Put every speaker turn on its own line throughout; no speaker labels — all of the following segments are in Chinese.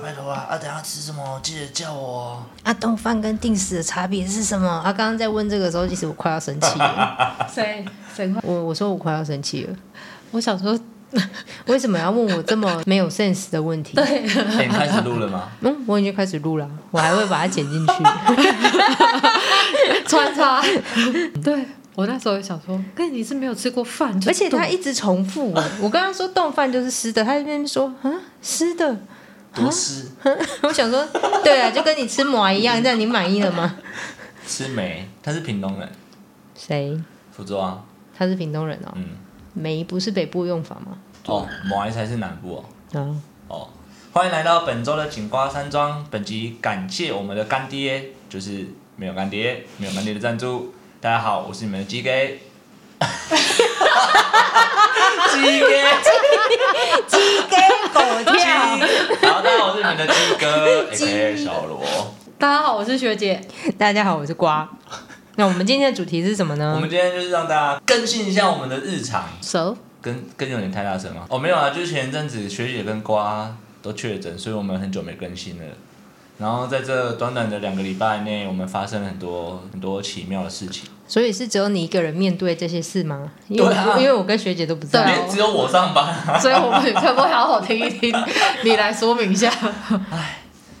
拜托啊！啊，等下吃什么记得叫我哦。
啊，冻饭跟定时的差别是什么？啊，刚刚在问这个的时候，其实我快要生气了。
谁神话？
我我说我快要生气了，我想说， 为什么要问我这么没有 sense 的问 题？
哎、你开始录了吗？
嗯，我已经开始录了，我还会把它剪进去。
穿插。对我那时候也想说，跟你是没有吃过饭，就
而且
是
他
肚
一直重复我，我刚刚说冻饭就是湿的，他在那边说啊湿的，
多吃
我想说对啊，就跟你吃馍一样，这样你满意了吗？
吃梅，他是屏东人，
谁？
福州啊。
他是屏东人哦，
嗯，
梅不是北部用法吗？
哦，梅才是南部哦。
啊，
哦，欢迎来到本周的景瓜山庄。本集感谢我们的干爹，就是没有干爹，没有干爹的赞助。大家好，我是你们的 G K。G K，
狗跳！
好，大家好，我是你们的鸡哥，A K 小罗。
子大家好，我是学姐。
大家好，我 是瓜。那我们今天的主题是什么
我
呢
们？今天就是让大家更新一下我们的日常，
熟
跟跟有点太大声吗？哦，没有啊，就是前阵子学姐跟瓜都确诊，所以我们很久没更新了。然后在这短短的两个礼拜内，我们发生了很多很多奇妙的事情。
所以是只有你一个人面对这些事吗？因为我、
对啊
因为我跟学姐都不在
对
啊。
啊
连只有我上班啊、
所以我们可不可以好好听一听？你来说明一下。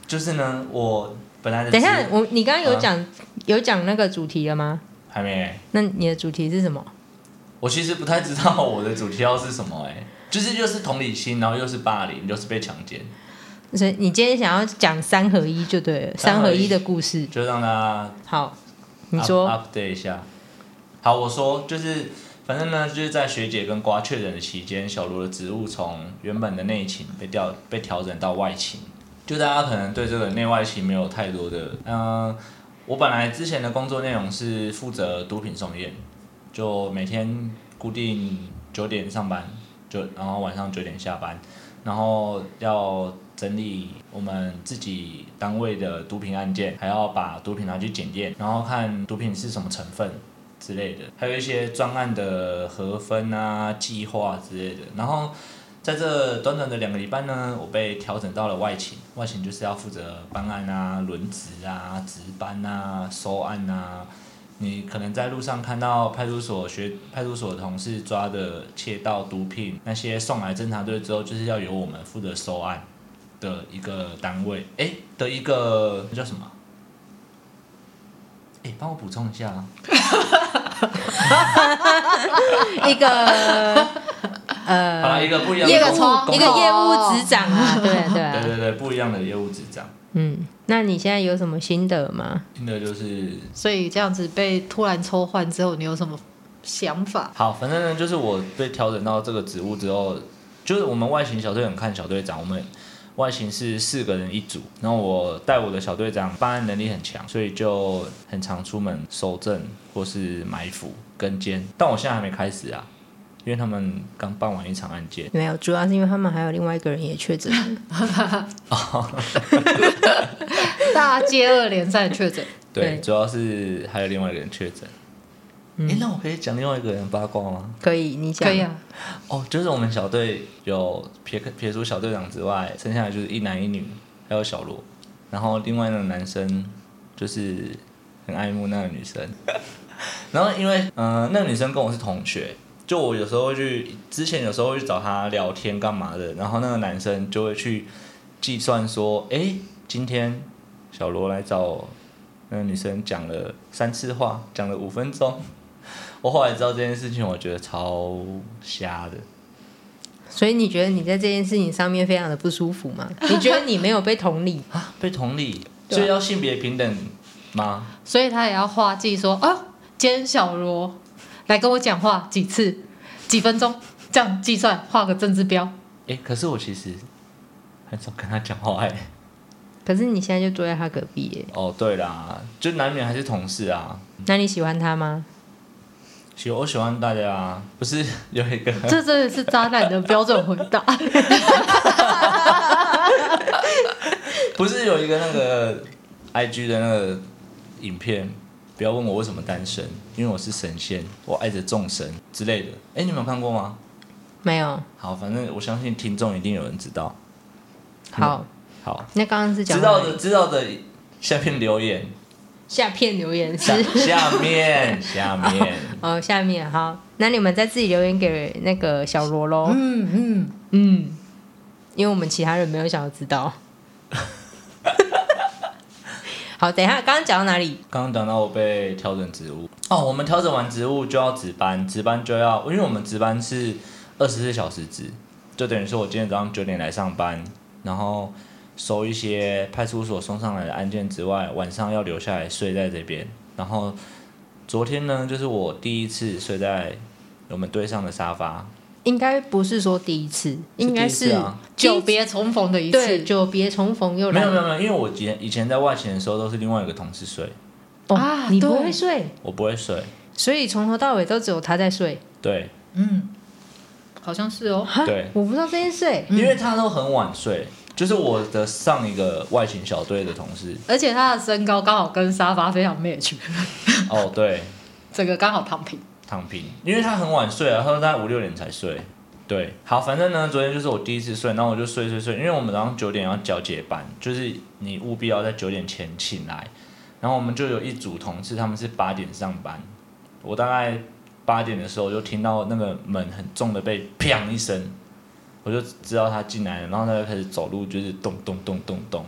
就是呢，我本来的
等一下
职，
我你刚刚有讲、
啊
有讲那个主题了吗？
还没，
那你的主题是什么？
我其实不太知道我的主题要是什么哎、就是又是同理心，然后又是霸凌，又是被强奸，
所以你今天想要讲三合一就对了，三
三合
合
一
一的故事。
就让他
好，你说
up, update 一下。好，我说就是，反正呢，就是在学姐跟瓜确诊的期间，小罗的职务从原本的内勤被调被调整到外勤。就大家可能对这个内外勤没有太多的，嗯、我本来之前的工作内容是负责毒品送验，就每天固定九点上班，就然后晚上九点下班，然后要整理我们自己单位的毒品案件，还要把毒品拿去检验，然后看毒品是什么成分之类的，还有一些专案的核分啊、计划之类的。然后在这短短的两个礼拜呢，我被调整到了外勤，外勤就是要负责办案啊、轮值啊、值班啊、收案啊。你可能在路上看到派出所学派出所的同事抓的窃盗毒品那些送来侦查队之后，就是要由我们负责收案的一个单位，哎、的一个那叫什么？哎、帮我补充一下啊，
一个
好了，一个不一样
业
的
个
工
窗
务
工
一个业务执掌啊，对啊对
对
啊，
对对，不一样的业务执掌，
嗯，那你现在有什么心得吗？
听的就是
所以这样子被突然抽换之后，你有什么 想法？
好，反正呢，就是我被调整到这个职务之后，就是我们外勤小队很看小队长，我们外勤是四个人一组，然后我带我的小队长办案能力很强，所以就很常出门搜证或是埋伏跟监，但我现在还没开始啊，因为他们刚办完一场案件，
没有，主要是因为他们还有另外一个人也确诊了。
大家接二连三地确诊，
对，
对
主要是还有另外一个人确诊。哎、那我可以讲另外一个人八卦吗？
可以，你讲
可以啊。
哦，就是我们小队有撇撇除小队长之外，剩下的就是一男一女，还有小罗，然后另外那个男生就是很爱慕那个女生， 然后因为嗯、呃那个女生跟我是同学，就我有时候会去之前有时候会去找她聊天干嘛的，然后那个男生就会去计算说，诶，今天小罗来找那个女生讲了三次话，讲了五分钟。我后来知道这件事情，我觉得超瞎的。
所以你觉得你在这件事情上面非常的不舒服 吗？你觉得你没有被同理？
啊，被同理，
对啊
所以要性别平等吗？
所以他也要画记说啊，今天小罗来跟我讲话几次，几分钟，这样计算画个政治标。
哎、可是我其实很少跟他讲话哎、
可是你现在就坐在他隔壁耶，
哦，对啦，就难免还是同事啊。
那你喜欢他吗？
其实我喜欢大家啊，不是 有一个
这真的是渣男的标准回答。
不是有一个那个 I G 的那个影片，不要问我为什么单身，因为我是神仙，我爱着众神之类的。哎、你们有看过吗？
没有。
好，反正我相信听众一定有人知道。
好，
好，
那刚刚是
嗯
讲
知道的知道的，下面留言，
下片留言
下
是
下面下面，
哦，下面好，那你们再自己留言给那个小罗喽，
嗯嗯，
嗯，因为我们其他人没有想要知 道。好，等一下，刚刚讲到哪里？
刚刚讲到我被调整职务哦，我们调整完职务就要值班，值班就要，因为我们值班是二十四小时值，就等于说我今天早上九点来上班，然后收一些派出所送上来的案件之外，晚上要留下来睡在这边。然后昨天呢，就是我第一次睡在我们队上的沙发，
应该不是说第一次，应该
第一
是
次啊
久别重逢的一
对，
次，
久别重逢又
没
来
有没有没有，因为我以前以前在外勤的时候都是另外一个同事睡，
哦
啊
你不
对
会睡，
我不会睡，
所以从头到尾都只有他在睡。
对，
嗯，好像是哦，
哈
对
我不知道这件事、欸。
因为他都很晚睡，就是我的上一个外勤小队的同事，
而且他的身高刚好跟沙发非常 match，
哦对，
整个刚好躺平。
躺平，因为他很晚睡啊，他说大概五六点才睡。对，好，反正呢，昨天就是我第一次睡，然后我就睡睡睡，因为我们早上九点要交接班，就是你务必要在九点前醒来。然后我们就有一组同事，他们是八点上班，我大概八点的时候就听到那个门很重的被砰一声，我就知道他进来了，然后他就开始走路，就是咚咚咚咚咚，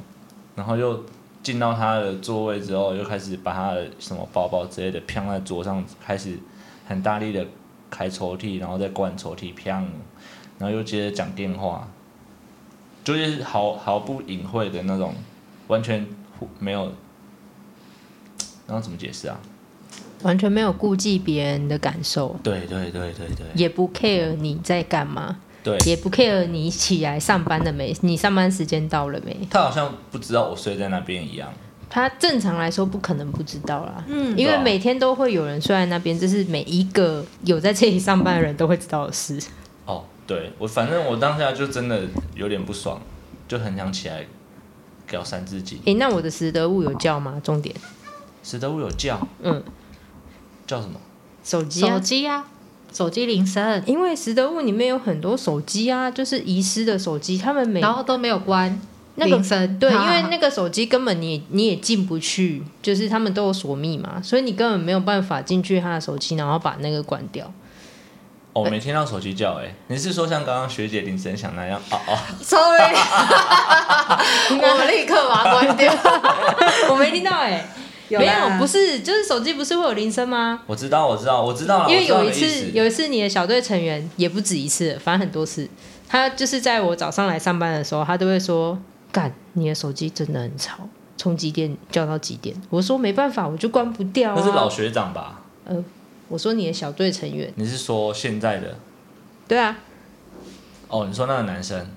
然后就进到他的座位之后，就开始把他的什么包包之类的砰在桌上，开始很大力的开抽屉，然后再关抽屉，砰，然后又接着讲电话，就是毫毫不隐晦的那种，完全忽没有，然后怎么解释啊？
完全没有顾忌别人的感受，
对对对对对
也不 care 你在干嘛，
对，
也不 care 你起来上班了没，你上班时间到了没。
他好像不知道我睡在那边一样。
他正常来说不可能不知道啦，
嗯
因
对
为
啊
每天都会有人睡在那边，这是每一个有在这里上班的人都会知道的事。
哦，对我反正我当下就真的有点不爽，就很想起来搞三自己。
诶，那我的食得物有叫吗？重点，
史德物有叫
嗯，
叫什么？
手机啊
手，机啊，手机铃声，
因为食得物里面有很多手机啊，就是遗失的手机，他们每
然后都没有关
那个
铃声，
对，因
哈
为那个手机根本你你也进不去，就是他们都有锁密码，所以你根本没有办法进去他的手机，然后把那个关掉。
哦，没听到手机叫哎、你是说像刚刚学姐铃声响那样？哦哦，
sorry，我 立刻把它关 掉。
我没听到哎、没有，不
是
是，就是手机不是会有铃声吗？
我知道，我知道，我知道了。
因为有
哦
一
我知道你的
次，
意思
有一次你的小队成员也不止一次，反正很多次，他就是在我早上来上班的时候，他都会说：“干，你的手机真的很吵，从几点叫到几点？”我说：“没办法，我就关不掉、啊。”
那是老学长吧？
呃，我说你的小队成员，
你是说现在的？
对啊，
哦，你说那个男生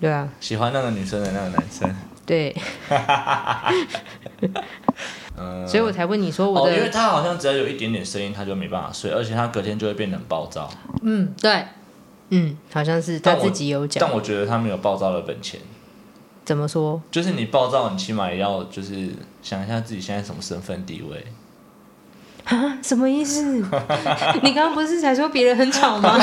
对啊，
喜欢那个女生的那个男生？
对，
嗯，
所以我才问你说我
哦，因为
的、
他好像只要有一点点声音，他就没办法睡，而且他隔天就会变得很暴躁。
嗯，对，
嗯，好像是他
但我
自己有
但
讲，
我觉得他没有暴躁的本钱，
怎么说？
就是你暴躁，你起码也要就是想一下自己现在什么身份地位。
啊，什么意 思？你刚刚不是才说别人很吵 吗？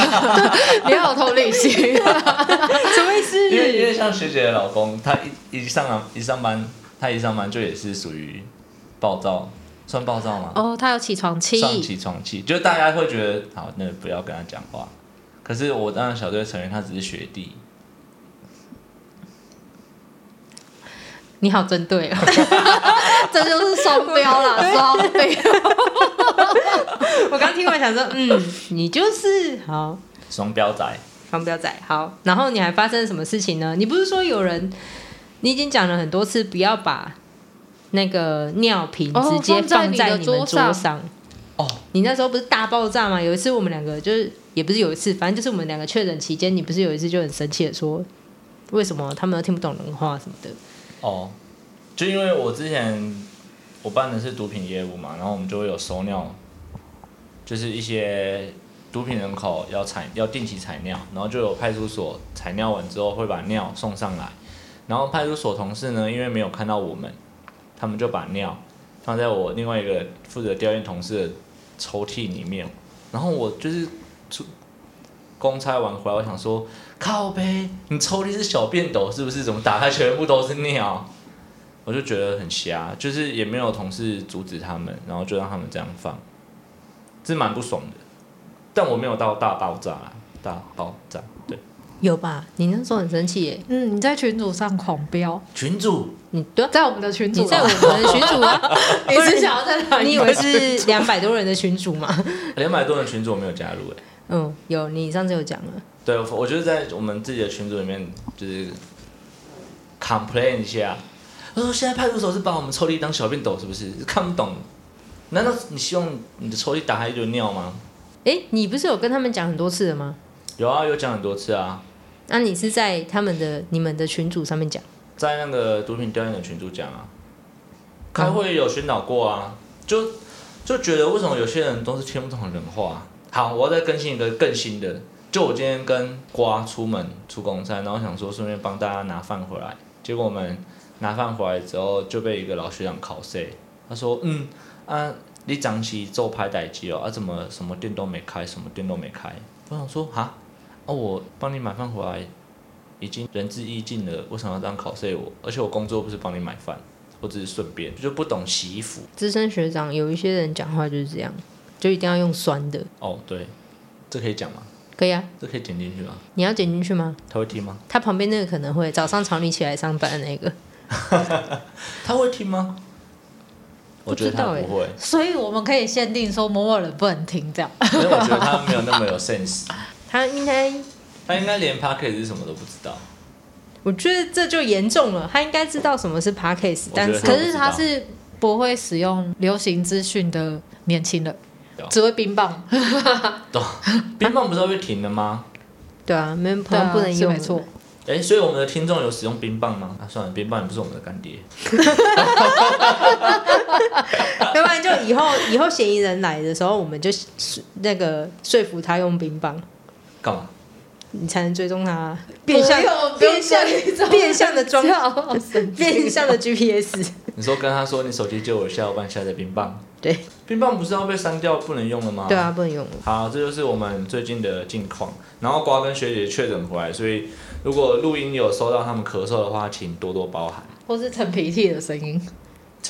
你要有同理心。
什么意思？
因为因为像学姐的老公，他一一上一上班，他一上班就也是属于暴躁，算暴躁吗？
哦，他有起床气，
上起床气，就大家会觉得好，那不要跟他讲话。可是我当然小队成员，他只是学弟，
你好针对哦，
这就是双标啦， 双标。
我刚听完想说，嗯，你就是好。
双标仔。
黄标仔，好，然后你还发生什么事情呢？你不是说有人，你已经讲了很多次，不要把那个尿瓶
哦
直接
放在
放
你的
在你们
桌
桌
上
上，
哦，
你那时候不是大爆炸吗？有一次我们两个就是也不是有一次，反正就是我们两个确诊期间，你不是有一次就很生气的说，为什么他们都听不懂人话什么的？
哦，就因为我之前我办的是毒品业务嘛，然后我们就会有收尿，就是一些毒品人口要采要定期采尿，然后就有派出所采尿完之后会把尿送上来，然后派出所同事呢，因为没有看到我们，他们就把尿放在我另外一个负责调验同事的抽屉里面，然后我就是出公差完回来，我想说，靠呗，你抽屉是小便斗是不是？怎么打开全部都是尿？我就觉得很瞎，就是也没有同事阻止他们，然后就让他们这样放，是蛮不爽的。但我没有到大爆炸啦，大爆炸。对，
有吧？你那时候很生气耶，
嗯，你在群组上狂飙，
群主
你对啊、
在我们的群组
你
啊，
在我们的群主 啊，
你是想要在哪里？
你以为是两百多人的群主吗？
两百多人群主我没有加入哎、
嗯，有，你上次有讲了，
对，我我就是在我们自己的群组里面就是 complain 一下，他说现在派出所是把我们抽屉当小便斗是不是？看不懂，难道你希望你的抽屉打开就有尿吗？
诶，你不是有跟他们讲很多次了吗？
有啊，有讲很多次啊，
那、你是在他们的你们的群组上面讲，
在那个毒品调研的群组讲啊，开会有宣导过啊，就就觉得为什么有些人都是听不懂人话。啊好，我要再更新一个更新的，就我今天跟瓜出门出公差，然后想说顺便帮大家拿饭回来，结果我们拿饭回来之后就被一个老学长考碎，他说嗯啊，你长期做拍歹机哦，啊怎么什么店都没开，什么店都没开，我想说哈，哦我帮你买饭回来，已经仁至义尽了，为什么要这样考碎我？而且我工作不是帮你买饭，我只是顺便，就不懂洗衣服。
资深学长有一些人讲话就是这样，就一定要用酸的，
哦，对，这可以讲吗？
可以啊？
这可以剪进去吗？
你要剪进去吗？
他会听吗？
他旁边那个可能会早上吵你起来上班的那个，
他会听吗？我觉得他
不知道欸
不会，
所以我们可以限定说某某人不能听这样。
因为我觉得他没有那么有 sense，
他应该，
他应该连 p a c k e t 是什么都不知道。
我觉得这就严重了，他应该知道什么是 p a c k a s e
我觉
但
得
是
他
可是他是不会使用流行资讯的年轻人
对啊，
只会 冰棒。
冰棒不是要被停了吗？
对啊，没朋
对啊
友不能用
是没
了
错。
哎、所以我们的听众有使用冰棒吗？啊，算了，冰棒也不是我们的干爹。
要不然就以后以后嫌疑人来的时候，我们就那个说服他用冰棒，
干嘛？
你才能追踪他。变相
不用
变相
不用追踪
变相的装
叫
变相 的 GPS，
你说跟他说你手机借我一下，我帮你下载冰棒。
对
冰棒不是要被删掉不能用了吗？
对啊，不能用了。
好，这就是我们最近的近况。然后瓜跟学姐确诊回来，所以如果录音有收到他们咳嗽的话，请多多包涵。
或是陈鼻涕的声音。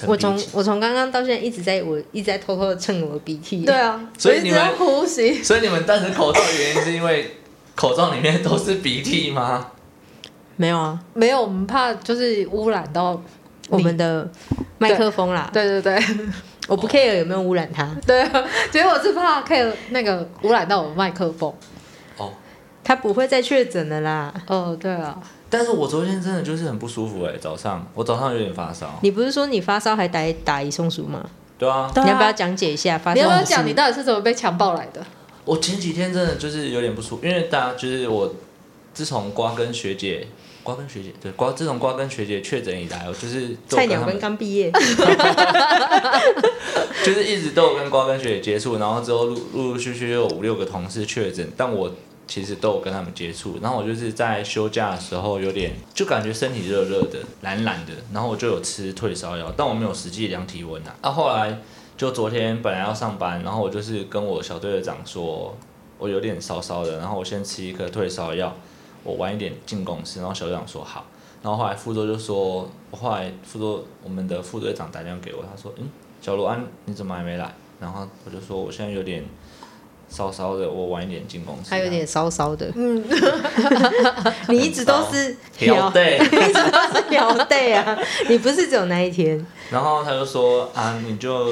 我从我从刚刚到现在一直在我一直在偷偷的蹭我的鼻涕。
对，啊，
所以你们
我一直在呼吸。
所以你们戴着口罩的原因是因为口罩里面都是鼻涕吗？
没有啊，
没有，我们怕就是污染到
我们的麦克风啦，
对对对
我不 care 有没有污染它，
对，啊结果是怕可以那个污染到我们麦克风。
哦，
它不会再确诊了啦。
哦，对啊，
但是我昨天真的就是很不舒服哎、早上我早上有点发烧。
你不是说你发烧还打打移松鼠吗？
对啊，
对啊
你要不要讲解一下发烧？
你要不要讲你？到底是怎么被强暴来的？
我前几天真的就是有点不舒服，因为大家就是我自从瓜跟学姐。瓜跟学姐对瓜，自从瓜跟学姐确诊以来，我就是都
菜
跟
鸟
他
跟
们
刚毕业，
就是一直都有跟瓜跟学姐接触，然后之后陆陆陆续续又有五六个同事确诊，但我其实都有跟他们接触。然后我就是在休假的时候有点就感觉身体热热的、懒懒的，然后我就有吃退烧药，但我没有实际量体温啊。啊，后来就昨天本来要上班，然后我就是跟我小队的长说，我有点烧烧的，然后我先吃一颗退烧药，哦我晚一点进公司。然后小队长说好，然后后来副座就说，我后来副座我们的副队长打电话给我，他说，嗯，小罗安你怎么还没来？然后我就说我现在有点烧烧的，我晚一点进公司。
它有点烧烧的。
嗯，
你一直都 是
调 对。
你一直都是 聊 day 啊，你不是只有那一天？
然后他就说啊，你就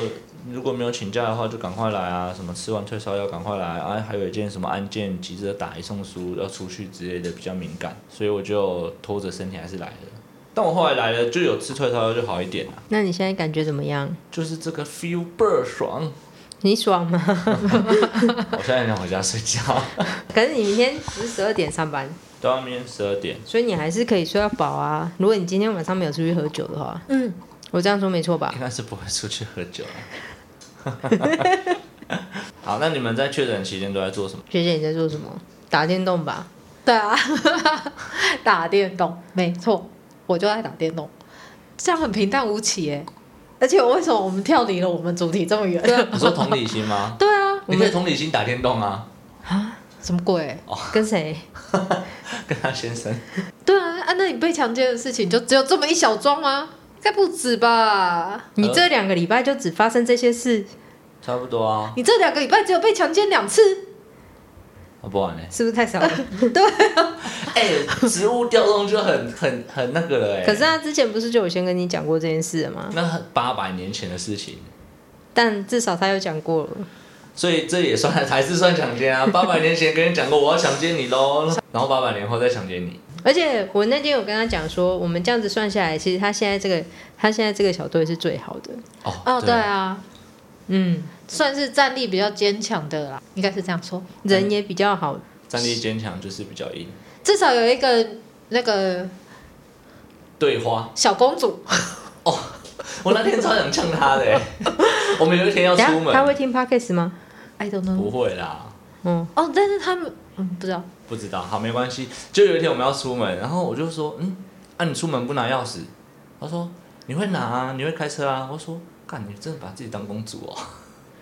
如果没有请假的话，就赶快来啊，什么吃完退烧药赶快来啊，还有一件什么案件急着打一送书要出去之类的比较敏感，所以我就拖着身体还是来了。但我后来来了，就有吃退烧药就好一点了、
那你现在感觉怎么样？
就是这个 feel 倍儿爽。
你爽吗？
我现在想回家睡觉。
可是你明天不是十二点上班，
对啊，明天十二点。
所以你还是可以睡到饱啊。如果你今天晚上没有出去喝酒的话，
嗯，
我这样说没错吧
应？该是不会出去喝酒了。 好，那你们在确诊期间都在做什么？
学姐你在做什么？打电动吧。
对啊， 打电动，没错，我就爱打电动，这样很平淡无奇耶。而且为什么我们跳离了我们主题这么远？
啊你说同理心吗？
对啊，
你可以同理心打电动啊。
什么鬼？
跟谁？
跟他先生，
对啊，啊，那你被强奸的事情就只有这么一小桩吗？应该不止吧？
你这两个礼拜就只发生这些事，
差不多啊，
你这两个礼拜只有被强奸两次，
啊不然呢？
是不是太少 了？
哎、植物调动就很 很很那个了哎、
可是他之前不是就有先跟你讲过这件事了吗？
那八百年前的事情，
但至少他有讲过了。
所以这也算还是算强奸啊。 八百年前跟你讲过我要强奸你喽，然后八百年后再强奸你，
而且我那天有跟他讲说，我们这样子算下来，其实他现在这个他现在这个小队是最好的。
哦
哦，对，啊，
嗯，
算是战力比较坚强的啦，应该是这样说。
人也比较好，
战力坚强就是比较硬，
至少有一个那个
对花。
小公主，
我那天超想呛他 的、哎我们有一天要
等
出
下他会
门，
听 podcast 吗？
I don't
不
know。
会啦，
嗯，
哦，但是他们嗯不知道，
不知道，好没关系。就有一天我们要出门，然后我就说，嗯，啊你出门不拿钥匙？他说你会拿啊，你会开车啊？我说，干你真的把自己当公主哦、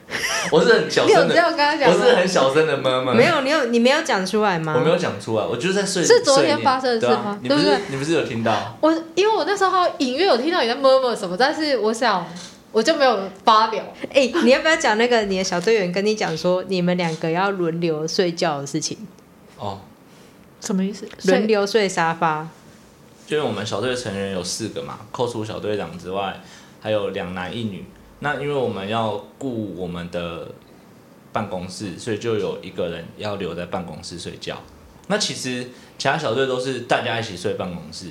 我是很小
你有
声
这
的，
样跟他讲
我是
吗？啊
很小声的妈妈，
没有，你有你没有讲出来吗？
我没有讲出来，我就是在睡。
是昨天
睡念
发生的事
对啊
吗
你不是
对不
你不是有听到？
我因为我那时候隐约有听到你在 murmur 什么，但是我想我就没有发表。
哎、你要不要讲那个你的小队员跟你讲说，你们两个要轮流睡觉的事情，
哦，
什么意思？
轮流睡沙发？
因为我们小队成员有四个嘛，扣除小队长之外，还有两男一女。那因为我们要顾我们的办公室，所以就有一个人要留在办公室睡觉。那其实其他小队都是大家一起睡办公室，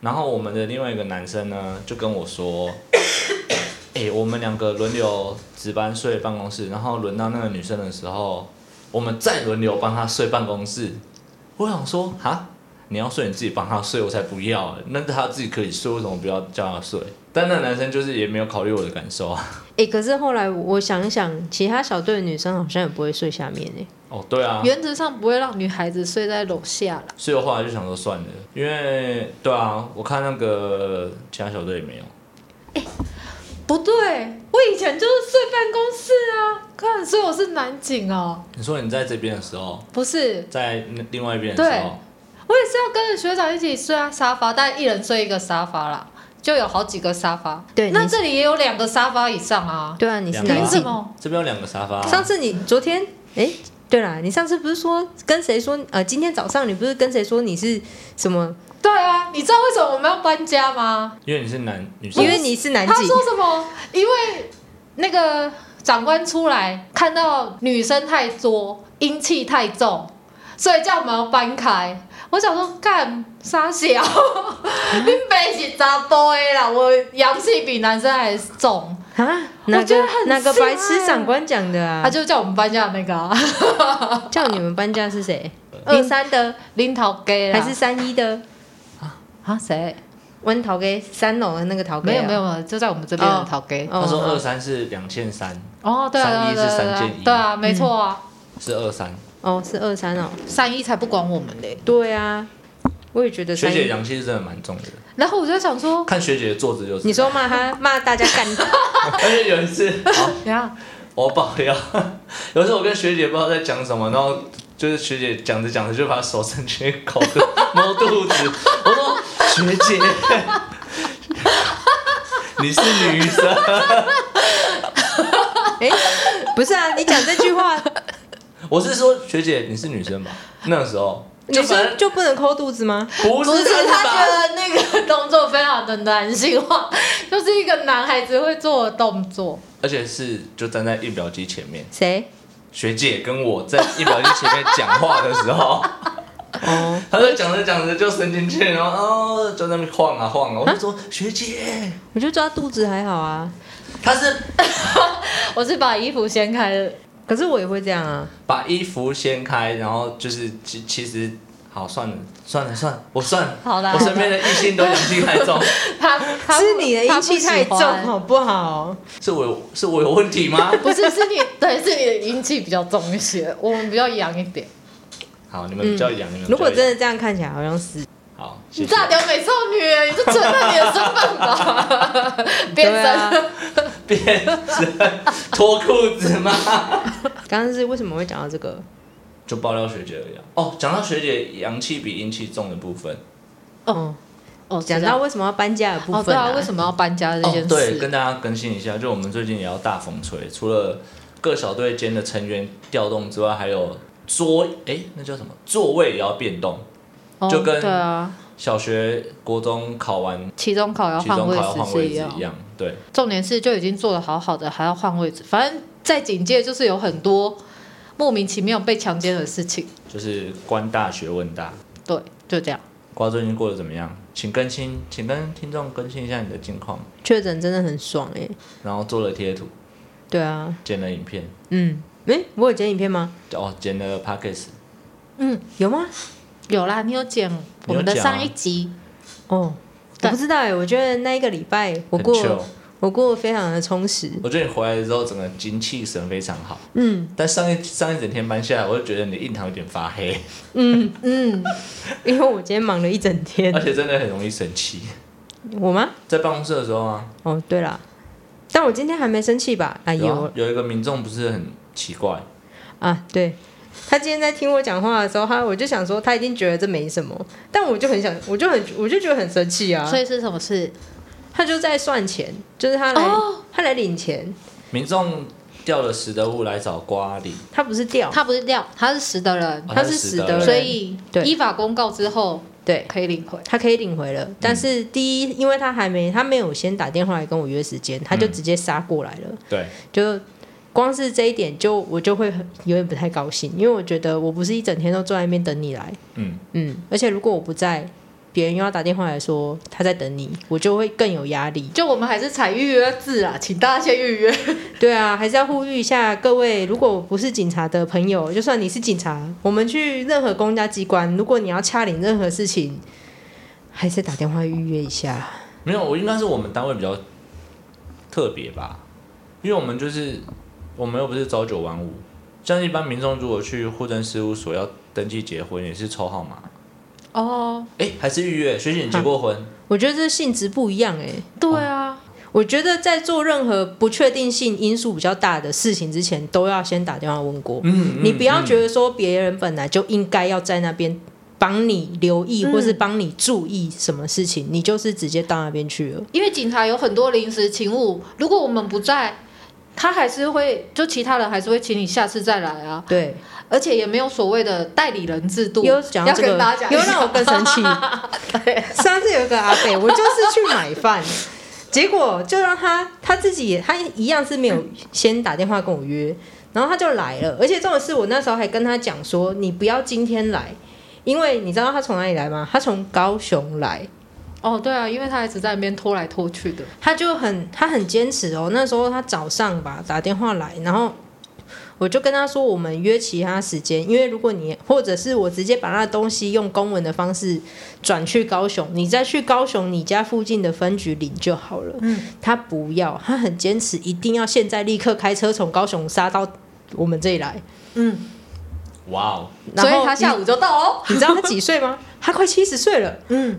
然后我们的另外一个男生呢，就跟我说：“ 哎、我们两个轮流值班睡办公室，然后轮到那个女生的时候，我们再轮流帮她睡办公室。”我想说，哈，你要睡你自己帮他睡，我才不要、那他自己可以睡，为什么不要叫他睡？但那男生就是也没有考虑我的感受啊。
哎、可是后来我想一想，其他小队的女生好像也不会睡下面哎、
哦，对啊，
原则上不会让女孩子睡在楼下啦。
所以我后来就想说算了，因为对啊，我看那个其他小队也没有。
不对，我以前就是睡办公室啊，看，所以我是南警哦，
你说你在这边的时候，
不是，
在那另外一边的时候，
我也是要跟着学长一起睡啊沙发，但一人睡一个沙发啦，就有好几个沙发。
对
那
你是
这里也有两个沙发以上啊。
对啊，你是
两个
男
凭
啊
什
性。
么？
这边有两个沙发、啊
上次你昨天哎、对啦，你上次不是说跟谁说？呃，今天早上你不是跟谁说你是什么？
对啊，你知道为什么我们要搬家吗？
因为你是男女生，
因为你是男
他
警，
说什么？因为那个长官出来看到女生太多，阴气太重，所以叫我们要搬开。我想说，干傻小，你妹是查甫的啦，我阳气比男生还重。
啊，
我
哪
觉
个
得很
哪个
像
白痴
欸
长官讲的啊？
他就叫我们搬家的那个、啊，
叫你们搬家是谁？
二
零三的
林桃街啦
还是三一的？
啊谁？
温桃给三楼的那个桃给、啊
没有没有没有，就在我们这边的桃街。
他说
哦
二三是两千三，
哦，对啊
三一
对啊
是
对啊
三
对啊
件一
对啊，没错啊，
是二三。
哦，是二三哦。
三一才不管我们嘞。
对啊，我也觉得
学
三
姐
一。
阳气是真的蛮重的，
然后我就在想说，
看学姐的坐姿就是。
你说？骂他骂大家干，
而且有一次，好
怎样？
我爆料， 有时候我跟学姐不知道在讲什么，然后就是学姐讲着讲着就把手伸进口的 摸肚子，我说学姐， 你是女生，
哎、不是啊，你讲这句 话，
我是说学姐你是女生吧？那时候
女
反正
生就不能抠肚子吗？
不
不
是
是
这样子
他觉
吧？
得那个动作非常的男性化， 就是一个男孩子会做的动作。
而且是就站在印表机前面，
谁？
学姐跟我在印表机前面讲话的时候。
哦，
她就讲着讲着就伸进去，然后哦就在那边晃啊晃啊，我就说学姐，
我就抓肚子还好啊，
她是
我是把衣服掀开了，
可是我也会这样啊。
把衣服掀开，然后就是其其实好算了算了算了，我算了，
好啦
我身边的异性都阳气太 重，
他他
是你的阴气太重，
他不喜
哦
欢
好不好？
是我有是我有问题吗？
不是是你对是你的阴气比较重一些，我们比较阳一点。
好，你们比较阳，你们比较
如果
阳
真的这样看起来，好像是
好，谢
你
谢
大 屌美少女，你就承认你的身份 吧，变
对
身。
啊
变身脱裤子吗？
刚刚是为什么会讲到这个？
就爆料学姐而已啊、哦，讲到学姐阳气比阴气重的部分，
哦，
哦，
讲
知道
到为什么要搬家的部
哦，对
分、
啊，为什么要搬家这
哦
件，
对，
事？
跟大家更新一下，就我们最近也要大风吹，除了各小队间的成员调动之外，还有桌哎、那叫什么座位也要变动。
哦
就跟
对啊，
小学、国中考完，
期中考要
期中
换
考
位
要换
置是
位
一
置
样
一。样，对，
重点是就已经做的好好的，还要换位置，反正在警戒就是有很多莫名其妙被强奸的事情。
就是官大学问大。
对，就这样。
瓜最近过得怎么样？请更新，请跟听众更新一下你的近况。
确诊真的很爽哎、
然后做了贴图，
对啊，
剪了影片，
嗯，哎、我有剪影片吗？
哦，剪了 pockets，
嗯，
有吗？
有啦，你有剪我们的上一集，
哦，我
对
不知道哎、我觉得那一个礼拜我
很
过
chill。
我过得非常的充实，
我觉得你回来之后，整个精气神非常好。
嗯
但上一上一整天班下来，我就觉得你的印堂有点发 黑，
嗯，
嗯，
因为我今天忙了一整天
而，且真的很容易生气。
我吗？
在办公室的时候啊，
哦，对啦，但我今天还没生气吧？
哎
啊，
有
有
啊有一个民众不是很奇怪，
啊，对。他今天在听我讲话的时候，他我就想说，他一定觉得这没什么，但我就很想，我就很，我就觉得很生气啊。
所以是什么事？
他就在算钱，就是他来，
哦
他来领钱，
民众掉了拾得物来找瓜理，
他不是掉，
他不是掉，他是死的人，
哦
他
是
是
死
死
的人
的人，
所以
对
依法公告之后
对
可以领回。
他可以领回了。但是
嗯
第一，因为他还没，他没有先打电话来跟我约时间，他就
嗯
直接杀过来了，
对，
就。光是这一点就我就会很有点不太高兴，因为我觉得我不是一整天都坐在那边等你来，
嗯，
嗯，而且如果我不在，别人又要打电话来说他在等你，我就会更有压力。
就我们还是采预约制啊，请大家先预约。
对啊，还是要呼吁一下各位，如果不是警察的朋友，就算你是警察，我们去任何公家机关，如果你要洽领任何事情，还是打电话预约一下。
没有，我应该是我们单位比较特别吧，因为我们就是我们又不是朝九晚五，像一般民众如果去户政事务所要登记结婚，也是抽号码，
哦，
哎，还是预约。学姐你结过婚？
我觉得这性质不一样欸诶、
对啊，
我觉得在做任何不确定性因素比较大的事情之前，都要先打电话问过。
嗯
你不要觉
得
得说别人本来就应该要在那边帮你留意，
嗯
或是帮你注意什么事情，你就是直接到那边去了。
因为警察有很多临时勤务，如果我们不在，他还是会就其他人还是会请你下次再来啊。
对，
而且也没有所谓的代理人制度。
又讲到这个
要跟大家，讲一
又
下
让我更生气。上次有个阿北，我就是去买饭，结果就让他他自己也他一样是没有先打电话跟我约，然后他就来了，而且重点是我那时候还跟他讲说，你不要今天来，因为你知道他从哪里来吗？他从高雄来。
哦，对啊，因为他一直在那边拖来拖去的。
他就很他很坚持哦。那时候他早上吧打电话来，然后我就跟他说我们约其他时间，因为如果你或者是我直接把他的东西用公文的方式转去高雄，你再去高雄你家附近的分局领就好了。
嗯，
他不要，他很坚持，一定要现在立刻开车从高雄杀到我们这里来。
嗯，
哇哦，
然
所
后
以他下
你
午就到哦。
你知道他几岁吗？ 他快七十岁了。
嗯，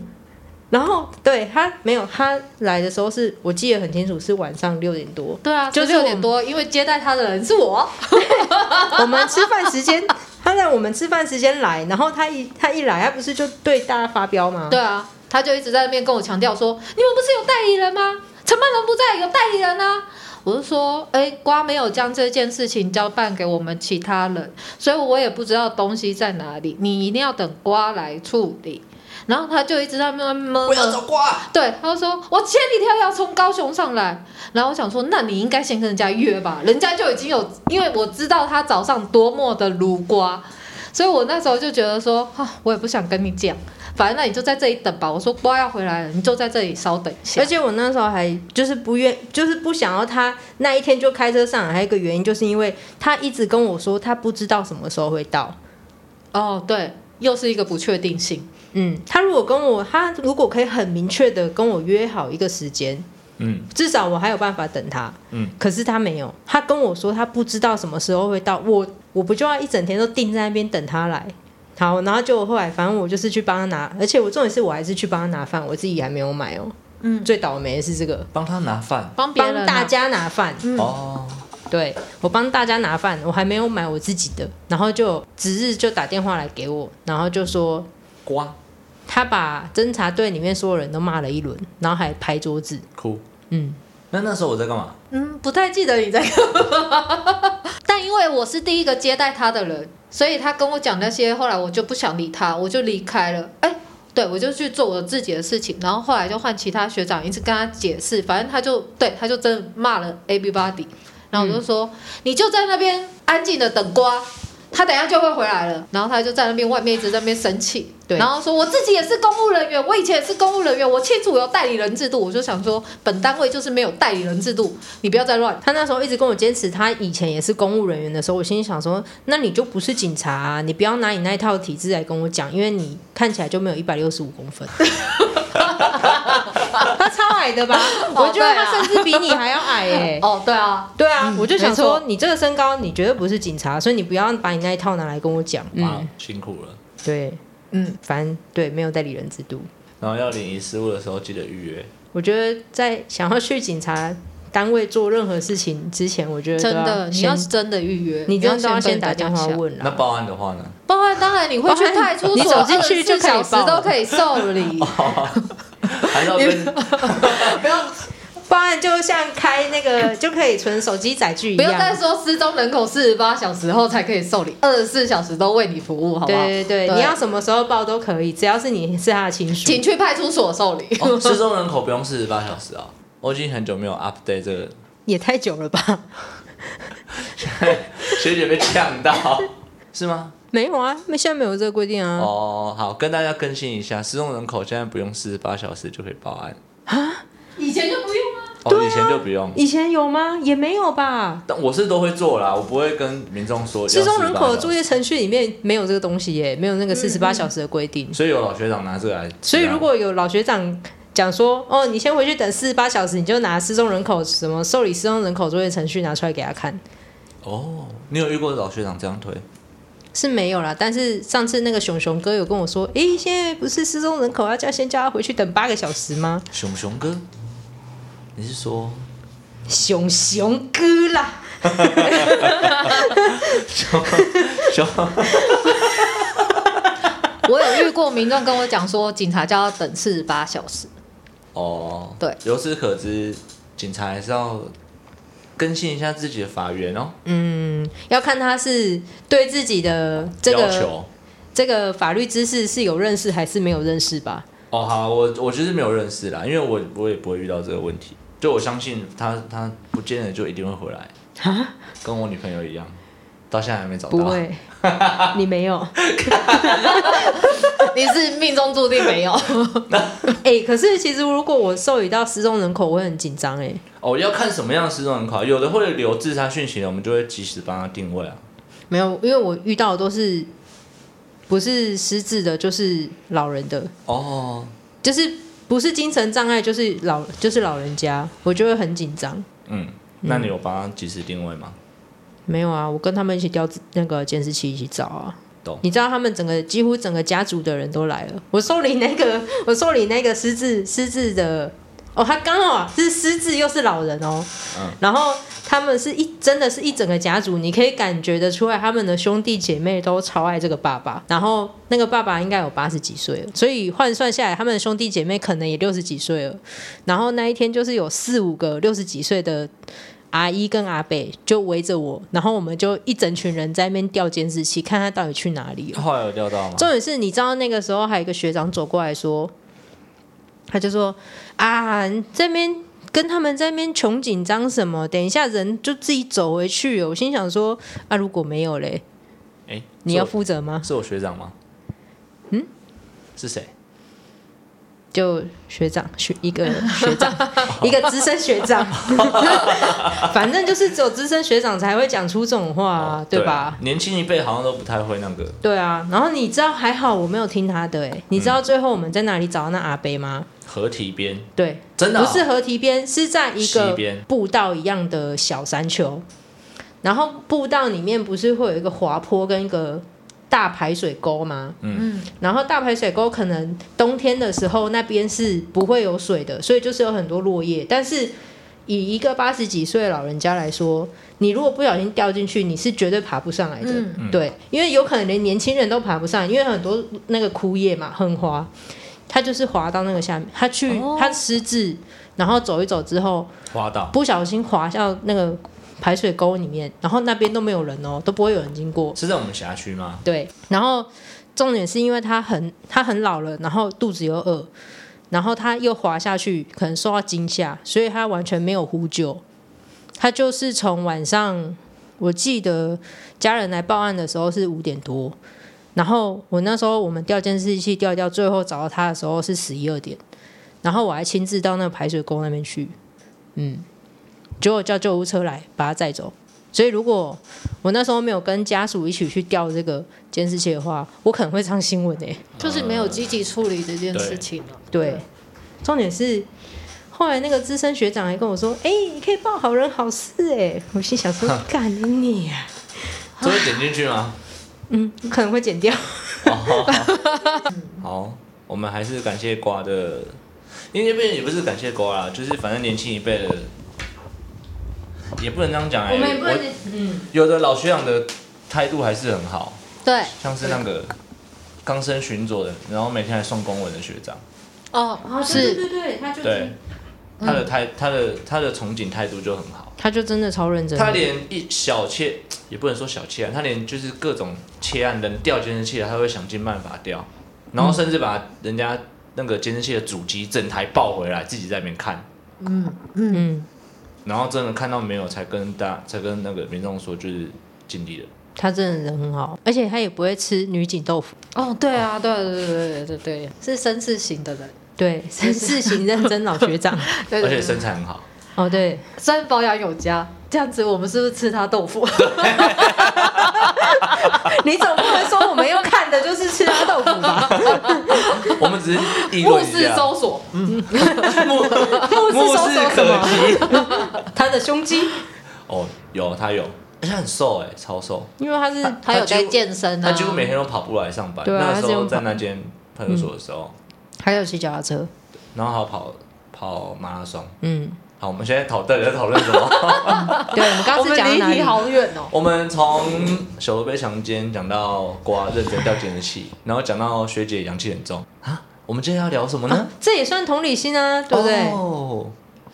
然后对他没有，他来的时候是我记得很清楚，是晚上六点多。
对啊，
就
就是六
我啊
点多，因为接待他的人是我。
我们吃饭时间，他在我们吃饭时间来，然后他一他一来，他不是就对大家发飙吗？
对啊，他就一直在那边跟我强调说，你们不是有代理人吗？承办人不在，有代理人啊。我就说，哎、瓜没有将这件事情交办给我们其他人，所以我也不知道东西在哪里，你一定要等瓜来处理。然后他就一直在那边闷
我要找瓜。
对，他就说我前几天要从高雄上来，然后我想说，那你应该先跟人家约吧，人家就已经有，因为我知道他早上多么的如瓜，所以我那时候就觉得说，啊，我也不想跟你讲，反正那你就在这里等吧。我说瓜要回来了，你就在这里稍等一下
而。且我那时候还就是不愿，就是不想要他那一天就开车上来。还有一个原因，就是因为他一直跟我说他不知道什么时候会到。
哦，对，又是一个不确定性。
嗯，他如果跟我，他如果可以很明确的跟我约好一个时间，
嗯，
至少我还有办法等他。
嗯，
可是他没有，他跟我说他不知道什么时候会到，我我不就要一整天都定在那边等他来？好，然后结果后来，反正我就是去帮他拿，而且我重点是我还是去帮他拿饭，我自己还没有买哦。
嗯，
最倒霉的是这个，
帮他拿饭。
帮别人
帮
啊、
大家拿饭，
嗯
哦，
对我帮大家拿饭，我还没有买我自己的，然后就值日就打电话来给我，然后就说
瓜
他把侦查队里面所有人都骂了一轮，然后还拍桌子，
哭。
嗯，
那那时候我在干嘛？
嗯，不太记得你在干嘛。 但因为我是第一个接待他的人，所以他跟我讲那些，后来我就不想理他，我就离开了。哎，对，我就去做我自己的事情，然后后来就换其他学长一直跟他解释，反正他就对，他就真的骂了 everybody。然后我就说，你就在那边安静的等瓜，他等一下就会回来了。然后他就在那边外面一直在那边生气，
对
然后说我自己也是公务人员，我以前也是公务人员，我清楚有代理人制度。我就想说，本单位就是没有代理人制度，你不要再乱。
他那时候一直跟我坚持，他以前也是公务人员的时候，我心里想说，那你就不是警察、啊，你不要拿你那一套体制来跟我讲，因为你看起来就没有一百六十五公分。他超矮的吧？我觉得他甚至比你还要矮哎、
哦，对啊，
对啊，我就想
没
说，
错
你这个身高，你绝对不是警察，所以你不要把你那一套拿来跟我讲。
哇
嗯，，
辛苦了。
对，
嗯，
反正对，没有代理人制度。
然后要领遗失物的时候记得预约。
我觉得在想要去警察单位做任何事情之前，我觉得都
真的，你要
啊先
是真的预约，
你真的都要
要
先打
跟
电
人家
话
讲。
问啊
那
啦。
报案的话呢？
包含当然你会去
包含
派出
你
所，
走进去就可以
小时
报哦
都可以受理。
还是要跟
报案就像开那个 就可以存手机载具一
不要再
样。
说失踪人口四十八小时后才可以受理，二十四小时都为你服务，好不好？
对对对，你要什么时候报都可以，只要是你是他的亲属。
请去派出所受理。
哦失踪人口不用四十八小时啊、我已经很久没有 update 这个，
也太久了吧？
学姐被呛到， 是吗？
没有啊，没现在没有这个规定啊。
哦，好，跟大家更新一下，失踪人口现在不用四十八小时就可以报案，
以前就不用啊。
哦，
对啊
以前就不用。
以前有吗？也没有吧。
但我是都会做啦，我不会跟民众说要
失踪人口的作
48小
业程序里面没有这个东西耶，没有那个四十八小时的规定
时，。所以有老学长拿这个来，
所以如果有老学长讲说，哦，你先回去等四十八小时，你就拿失踪人口什么受理失踪人口作业程序拿出来给他看，
哦，你有遇过老学长这样推？
是没有啦。但是上次那个熊熊哥有跟我说，诶，现在不是失踪人口要叫先叫他回去等八个小时吗？
熊熊哥，你是 说
熊熊哥啦，
熊？
我有遇过民众跟我讲说，警察叫他等四十八小时。
哦，
对，
由此可知，警察还是要更新一下自己的法源哦。
嗯，要看他是对自己的这
要
个
求
这个法律知识是有认识还是没有认识吧。
哦，好，我我就是没有认识啦，因为我我也不会遇到这个问题。就我相信他，他不见得就一定会回来，
啊，
跟我女朋友一样，到现在还没找到。
不会， 你没有。
你是命中注定没有，
哎、可是其实如果我授予到失踪人口，我会很紧张哎。
哦，要看什么样的失踪人口，有的会留自杀讯息的，我们就会及时帮他定位啊。
没有，因为我遇到的都是不是失智的，就是老人的，
哦，
就是不是精神障碍，就是老就是老人家，我就会很紧张。
嗯，那你有帮他及时定位吗？
没有啊，我跟他们一起调那个监视器一起找啊。
懂
你知道他们整个几乎整个家族的人都来了。我受理那个，我受理那个失智失智的，哦，他刚好是失智又是老人哦。
嗯。
然后他们是一真的是一整个家族，你可以感觉得出来，他们的兄弟姐妹都超爱这个爸爸。然后那个爸爸应该有八十几岁了，所以换算下来，他们的兄弟姐妹可能也六十几岁了。然后那一天就是有四五个六十几岁的阿姨跟阿伯就围着我，然后我们就一整群人在那边调监视器，看他到底去哪里了。
后来有料到吗？
重点是，你知道那个时候还有一个学长走过来说，他就说啊，这边跟他们在那边穷紧张什么，等一下人就自己走回去哦了。我心想说啊，如果没有嘞，
哎，
你要
是我
负责吗？
是我学长吗？嗯，是谁？
就学长学一个学长，一个资深学长， 反正就是只有资深学长才会讲出这种话、啊，对吧？
啊？年轻一辈好像都不太会那个。
对啊，然后你知道还好我没有听他的哎、你知道最后我们在哪里找到那阿伯吗？
河堤边
对，
真的哦
不是河堤边，是在一
溪
个
边
步道一样的小山丘，然后步道里面不是会有一个滑坡跟一个大排水沟吗？
嗯
然后大排水沟可能冬天的时候那边是不会有水的，所以就是有很多落叶，但是以一个八十几岁的老人家来说，你如果不小心掉进去，你是绝对爬不上来的。
嗯
嗯
对，因为有可能连年轻人都爬不上，因为很多那个枯叶嘛，横滑，他就是滑到那个下面，他去、
哦
他失智，然后走一走之后，
滑倒，
不小心滑到那个排水沟里面，然后那边都没有人哦，都不会有人经过。
是在我们辖区吗？
对，然后重点是因为他很他很老了，然后肚子又饿，然后他又滑下去，可能受到惊吓，所以他完全没有呼救。他就是从晚上，我记得家人来报案的时候是五点多，然后我那时候我们调监视器调一调，最后找到他的时候是十一二点，然后我还亲自到那个排水沟那边去，嗯，结果叫救护车来把他载走。所以如果我那时候没有跟家属一起去调这个监视器的话，我可能会上新闻诶、欸
就是没有积极处理这件事情哦了。
对，重点是后来那个资深学长还跟我说：“哎、你可以报好人好事哎、 我心想说：“干你、啊！
这会点进去吗？”
嗯，可能会剪掉。
好，我们还是感谢瓜的，因为这边也不是感谢瓜啦，就是反正年轻一辈的，也不能这样讲哎、
我们也不能
我
嗯，
有的老学长的态度还是很好，
对，
像是那个刚升巡佐的，然后每天还送公文的学长，
哦，
对
是
对对，他就
对，
嗯
他的态、他的他的从警态度就很好。
他就真的超认真的。
他连一小切，也不能说小切案，他连就是各种切案人调监视器的，他会想尽办法调，然后甚至把人家那个监视器的主机整台抱回来，自己在那边看，
嗯嗯，
嗯，
然后真的看到没有，才跟大才跟那个民众说就是尽力了。
他真的人很好，而且他也不会吃女警豆腐。
哦，对啊，对对对对对对，是绅士型的人，
对，是事情认真老学 长。
对
而且
对对，
身材很好，
哦，对，
虽然保养有加，这样子我们是不是吃他豆腐？
你总不能说我们要看的就是吃啊他豆
啊
腐吧？
我们只是议
目
论一
视
下，
搜索，
目
目视搜
视
索什
可
么
及。
他的胸肌，
哦，有他有，而且他很瘦哎、超瘦，
因为他是
他有
他几乎
在健身啊，
他几乎每天都跑步来上班。
对啊
那
他
时
是
候
用
在
跑
那间派出所的时候，
还有骑脚踏车。
然后还有跑跑马拉松。
嗯，
好，我们现在讨论在讨论什么？
对，我们刚刚
我
是
们
讲到
离
哪里
题？好远哦。
我们从小罗被强奸讲到瓜认真掉监视器，然后讲到学姐阳气很重啊。我们今天要聊什么呢？
这也算同理心啊，对不对？
哦，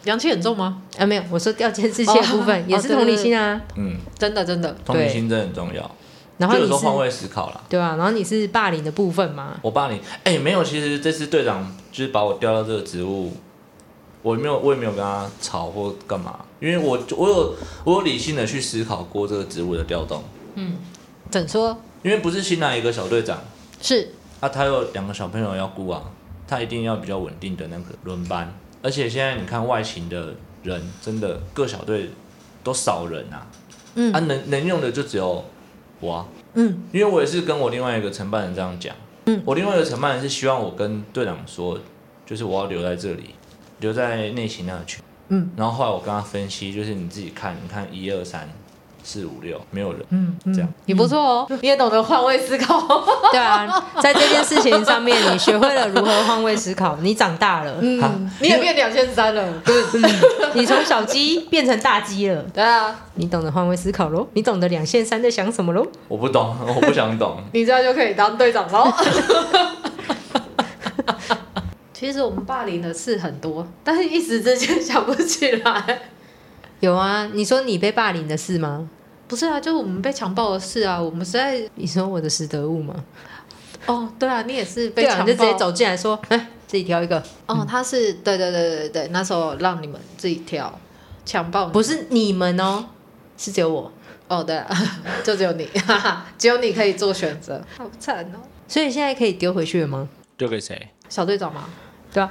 阳气很重吗？
啊，没有，我说掉监视器的部分、
哦
也是同理心啊。
嗯，
真的真的，
同理心真的很重要。
然后
就有
你
时候换
是
位思考啦。
对啊，然后你是霸凌的部分嘛？
我爸你，哎、没有，其实这次队长就是把我调到这个职务，我没有，我也没有跟他吵或干嘛，因为我我有我有理性的去思考过这个职务的调动，
怎说？
因为不是新来一个小队长，
是
啊，他有两个小朋友要顾啊，他一定要比较稳定的那个轮班。而且现在你看外勤的人，真的各小队都少人啊，
嗯
啊能能用的就只有我啊，
嗯，
因为我也是跟我另外一个承办人这样讲，
嗯，
我另外一个承办人是希望我跟队长说，就是我要留在这里，留在内勤那群，
嗯，
然后后来我跟他分析，就是你自己看，你看一二三四五六没有人，
嗯，
这样
你不错哦，你也懂得换位思考。
对啊，在这件事情上面，你学会了如何换位思考，你长大了，
好
嗯， 你也变两千三了。对
你从小鸡变成大鸡了，
对啊，
你懂得换位思考喽，你懂得两线三在想什么喽。
我不懂， 我不想懂，
你这样就可以当队长喽。 其实我们霸凌的事很多，但是一时之间想不起来。
有啊，你说你被霸凌的事吗？
不是啊，就是我们被强暴的事啊，我们实在
你说我的失德物吗？
哦，对啊，你也是被
对啊，
强暴，
你就直接走进来说，哎，自己挑一个，
哦，他是对对对对对，那时候让你们自己挑强暴你，
不是你们哦，是只有我。
哦，对、啊， 就只有你，哈哈，只有你可以做选择，好惨哦。
所以现在可以丢回去了吗？
丢给谁？
小队长吗？
对啊，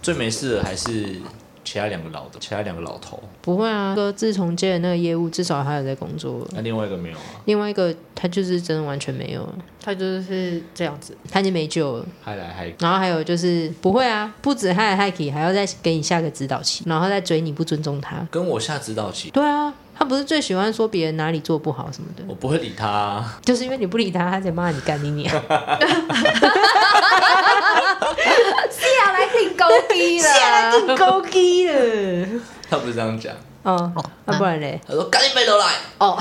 最没事的还是其他两个老的，其他两个老头，
不会啊，哥自从接了那个业务，至少他有在工作了。
那另外一个没有啊，
另外一个他就是真的完全没有了，
他就是这样 子，
他已经没救了。
还来还
然后还有就是不会啊，不止害来害去，还要再给你下个指导期，然后再追你不尊重他。
跟我下指导棋，
对啊，他不是最喜欢说别人哪里做不好什么的，
我不会理他啊、
就是因为你不理他，他 才骂你干你娘。
是啊，来挺高勾逼 了，
勾机了。
他不是这样讲，
哦， 啊，不然嘞？
他说赶紧背头来。
哦，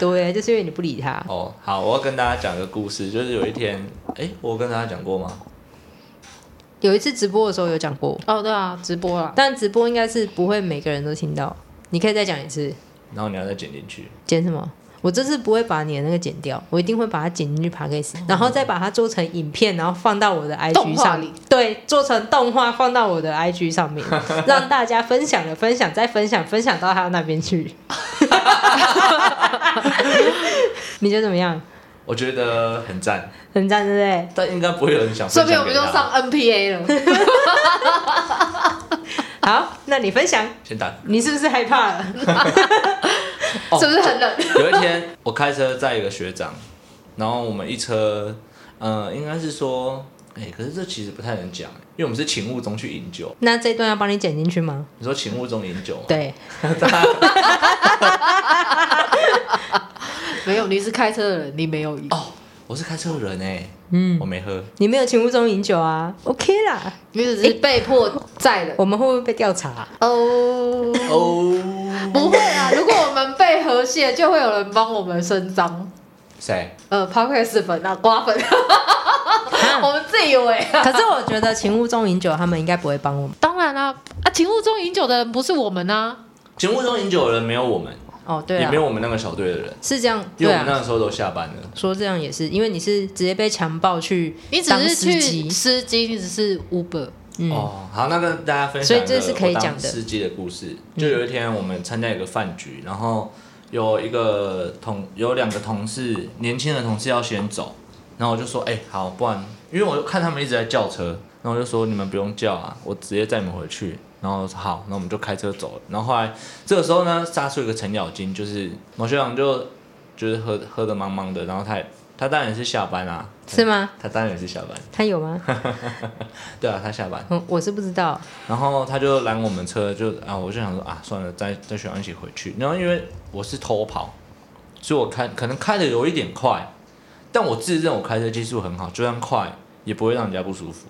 对，就是因为你不理他。
哦，好，我要跟大家讲个故事，就是有一天，哎，我跟大家讲过吗？
有一次直播的时候有讲过，
哦，对啊，直播了，
但直播应该是不会每个人都听到。你可以再讲一次，
然后你要再剪进去。
剪什么？我这次不会把你的那个剪掉，我一定会把它剪进去 p a c k a g e 然后再把它做成影片，然后放到我的 IG
动画
上
里
对，做成动画放到我的 IG 上 面，让大家分享了分享再分享，分享到他那边 去。你觉得怎么样？
我觉得很赞，
很赞，对不对？
但应该不会有人想分
顺
享
便我们
给
就
他
上 NPA 了。
好，那你分享，
先打。
你是不是害怕了？
哦
是不是很冷？
有一天，我开车载一个学长，然后我们一车，呃，应该是说，哎，可是这其实不太能讲，因为我们是勤务中去饮酒。
那这一段要帮你剪进去吗？
你说勤务中饮酒吗？
对，
没有，你是开车的人，你没有赢，
哦，我是开车的人哎，
嗯
我，没喝，
你没有情无中饮酒啊，OK 啦。
你只是被迫在的。
我们会不会被调查啊、
哦，
哦，
不会啊，如果我们被和谐，就会有人帮我们伸张。
谁？
呃 p o c a s t 粉啊，瓜粉，我们自以为啊。
可是我觉得情无中饮酒，他们应该不会帮我们。
当然啦、啊，情物中饮酒的人不是我们啊。
勤务中饮酒的人没有我们，
哦，对
也
啊
没，有我们那个小队的人，
是这样，
因为
对
我们
啊，
那个时候都下班了。
说这样也是，因为你是直接被强暴去
你只
当
是
司
去
机，
司机，你只是 Uber。
嗯，
哦，好，那跟大家分享一个
所以这是可以讲的嗯
我当司机的故事。就有一天我们参加一个饭局，然后有一个同有两个同事，年轻的同事要先走，然后我就说，哎、好，不然，因为我看他们一直在叫车，然后我就说你们不用叫啊，我直接载你们回去。然后我说好，那我们就开车走了。然后后来这个时候呢，杀出一个程咬金，就是某学长就就是喝喝的茫茫的，然后他也他当然是下班啦、
是吗？
他当然是下班，
他有 吗？
对啊，他下班。
嗯，我是不知道，
然后他就拦我们车，就啊，我就想说啊，算了，再再学长一起回去。然后因为我是偷跑，所以我开可能开的有一点快，但我自认我开车技术很好，就算快也不会让人家不舒服。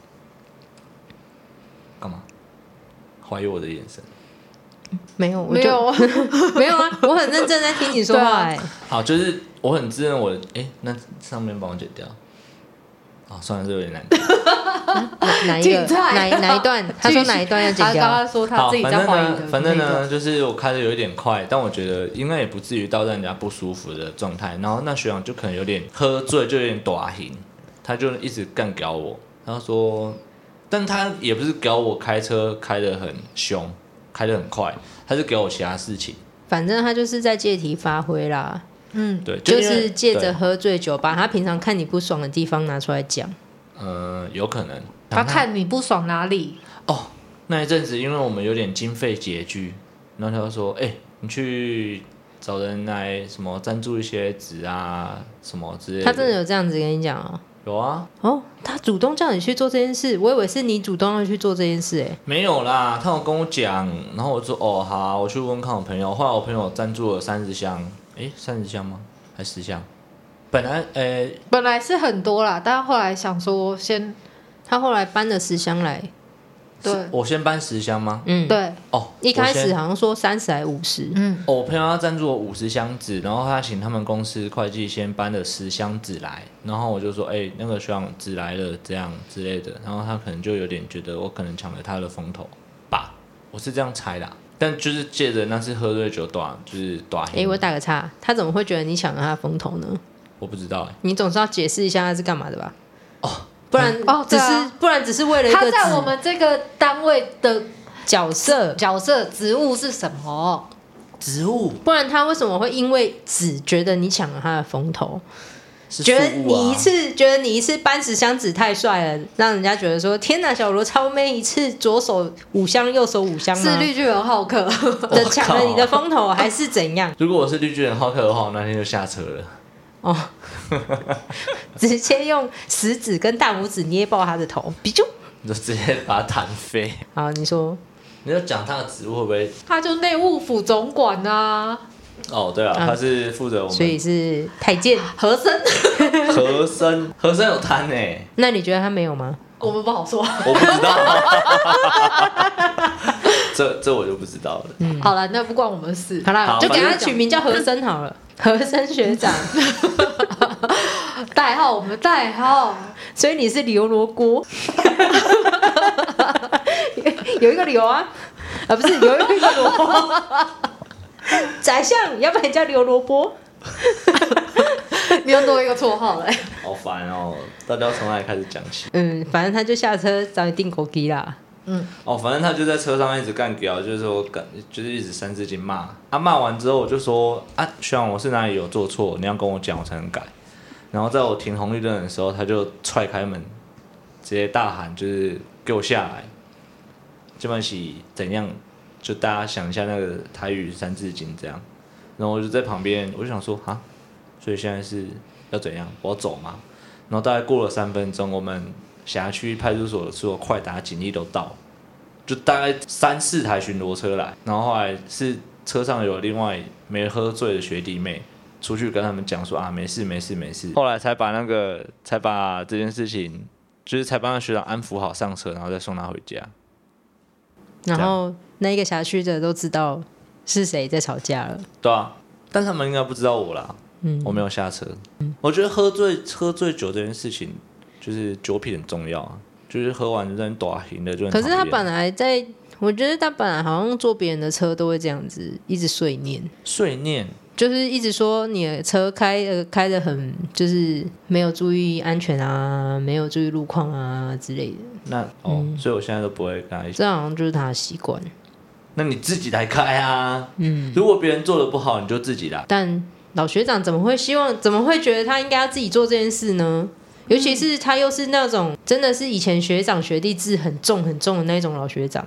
干嘛？怀疑我的眼神。
没有，我
没
就
有，
没有啊，我很认真在听你说话、哎、
好，就是我很自认我的，哎，那上面帮我剪掉。啊，算了，这有点难。
哪 哪一个
精彩
哪
啊
哪一段？ 他说哪一段要剪
他刚
掉？啊
刚说他
好，
自己
反
在
正
怀疑
呢
的，
反正
那个
呢，就是我开的有一点快，但我觉得应该也不至于到让人家不舒服的状态。然后那学长就可能有点喝醉，就有点短行，他就一直干搞我，他说，但他也不是搞我开车开得很凶，开得很快，他是给我其他事情，
反正他就是在借题发挥啦，
嗯，
对，啊
就
因为
是借
对
着喝醉酒，把他平常看你不爽的地方拿出来讲。
呃，有可能
他看你不爽哪里，
哦，那一阵子因为我们有点经费拮据，然后他就说：“哎、你去找人来什么赞助一些纸啊，什么之类的。”
他真的有这样子跟你讲哦、
有啊？
哦，他主动叫你去做这件事，我以为是你主动要去做这件事、哎，
没有啦，他有跟我讲，然后我就说：“哦，好啊、我去问看我朋友。”后来我朋友赞助了三十箱，哎、三十箱吗？还十箱？本来呃、
本来是很多啦，但后来想说先
他后来搬了十箱来，
对
我先搬十箱吗？
嗯，，
对，
哦，
一开
我
始
先。
好像说三十还五十，
嗯，
哦我朋友他赞助我五十箱纸，然后他请他们公司会计先搬了十箱纸来，然后我就说，哎、那个学长纸来了，这样之类的，然后他可能就有点觉得我可能抢了他的风头吧，我是这样猜的啊、但就是借着那次喝醉酒短，就是短
哎、我打个岔，他怎么会觉得你抢了他的风头呢？
我不知道哎、
你总是要解释一下他是干嘛的吧？哦，不然
哦
只
对
是、
啊
不然只是为了一
他
个
在
职
我们这个单位的
角色，
角色职务是什么？
植物
不然他为什么会因为只觉得你抢了他的风头？
是
觉得
树木啊
你一次觉得你一次搬十箱子太帅了，让人家觉得说天哪，小罗超妹一次左手五箱，右手五箱
是
吗？
绿巨人浩克，
的抢了你的风头还是 怎样？
如果我是绿巨人浩克的话，我那天就下车了。
哦， 直接用食指跟大拇指捏爆他的头，比就
你就直接把它弹飞。
好，你说
你就讲他的职务会不会？
他就内务府总管啊，
哦，对啊，
嗯
他是负责我
所以
们
是 太监和珅？
和珅，和珅有贪呢、欸
那你觉得他没有吗？
我们不好 说。
我不知道，这这我就不知道了。
好了，那不关我们事。
嗯好啦，
好
就给
反
他
正
取名叫和珅好 了，和珅学长。
代号我们代 号，
所以你是刘罗锅， 有一个刘啊，啊不是有一个萝卜， 宰相，要不然叫刘萝卜。
你又多一个绰号了。
好烦哦，大家要从哪里开始讲起？
嗯，反正他就下车找你订狗鸡啦。
哦，反正他就在车上一直干屌，就是说干，就是一直三字经骂。他、骂完之后，我就说啊，虽然我是哪里有做错，你要跟我讲，我才能改。然后在我停红绿灯的时候，他就踹开门，直接大喊就是给我下来。这本是怎样？就大家想一下那个台语三字经这样。然后我就在旁边，我就想说啊，所以现在是要怎样？我要走吗？然后大概过了三分钟，我们辖区派出所的所有快打警力都到了。就大概三四台巡逻车来，然后后来是车上有另外没喝醉的学弟妹出去跟他们讲说啊没事没事没事，后来才把那个才把这件事情就是才帮那学长安抚好上车，然后再送他回家。
然
这样
后那一个辖区的都知道是谁在吵架了。
对啊，但是他们应该不知道我啦，
嗯
我没有下车。我觉得喝醉喝醉酒这件事情就是酒品很重要啊，就是喝完就在那打赢的就很
可是他
讨厌
本来在，我觉得他本来好像坐别人的车都会这样子，一直碎念。
碎念
就是一直说你的车开呃开的很，就是没有注意安全啊，没有注意路况啊之类的，
那哦，
嗯
所以我现在都不会跟他一起。
这好像就是他的习惯。
那你自己来开啊。嗯，如果别人做的不好，你就自己来。
但老学长怎么会希望，怎么会觉得他应该要自己做这件事呢？尤其是他又是那种真的是以前学长学弟制很重很重的那种老学长，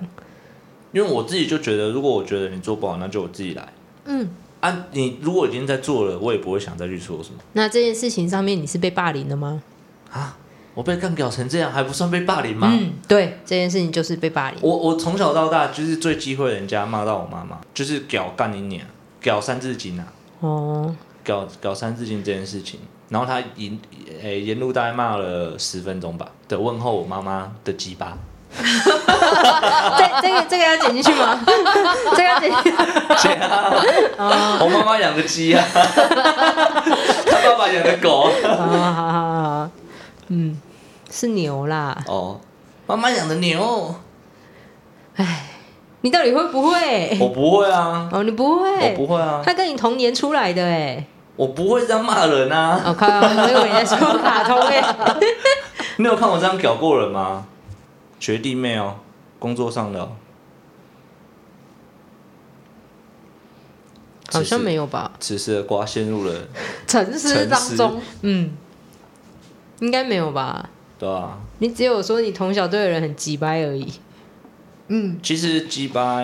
因为我自己就觉得，如果我觉得你做不好，那就我自己来。
嗯，
啊，你如果已经在做了，我也不会想再去说什么
那这件事情上面你是被霸凌的吗？
啊。我被干屌成这样，还不算被霸凌吗？
嗯，对，这件事情就是被霸凌。
我我从小到大就是最忌讳人家骂到我妈妈，就是屌干你娘，屌三字经啊，
哦，
屌屌三字经这件事情。然后他沿诶、沿路大概骂了十分钟吧，的问候我妈妈的鸡巴。
这这个这个要剪进去吗？ 这个要剪进去。
啊
哦
我妈妈养的鸡啊，他爸爸养的狗。
好好好好好，嗯，是牛啦。
哦，妈妈养的牛，
你到底会不会？
我不会啊，
哦，你不
我
会，
不会啊，
他跟你同年出来的哎。
我不会这样骂人啊。
哦靠，我以为你在说卡通哎。
你有看我这样屌过人吗？学弟妹哦，工作上的哦、
好像没有吧？
此时的瓜陷入了，
沉思当中，
嗯，应该没有吧？
对啊，
你只有说你从小对人很鸡掰而已。
嗯，
其实鸡巴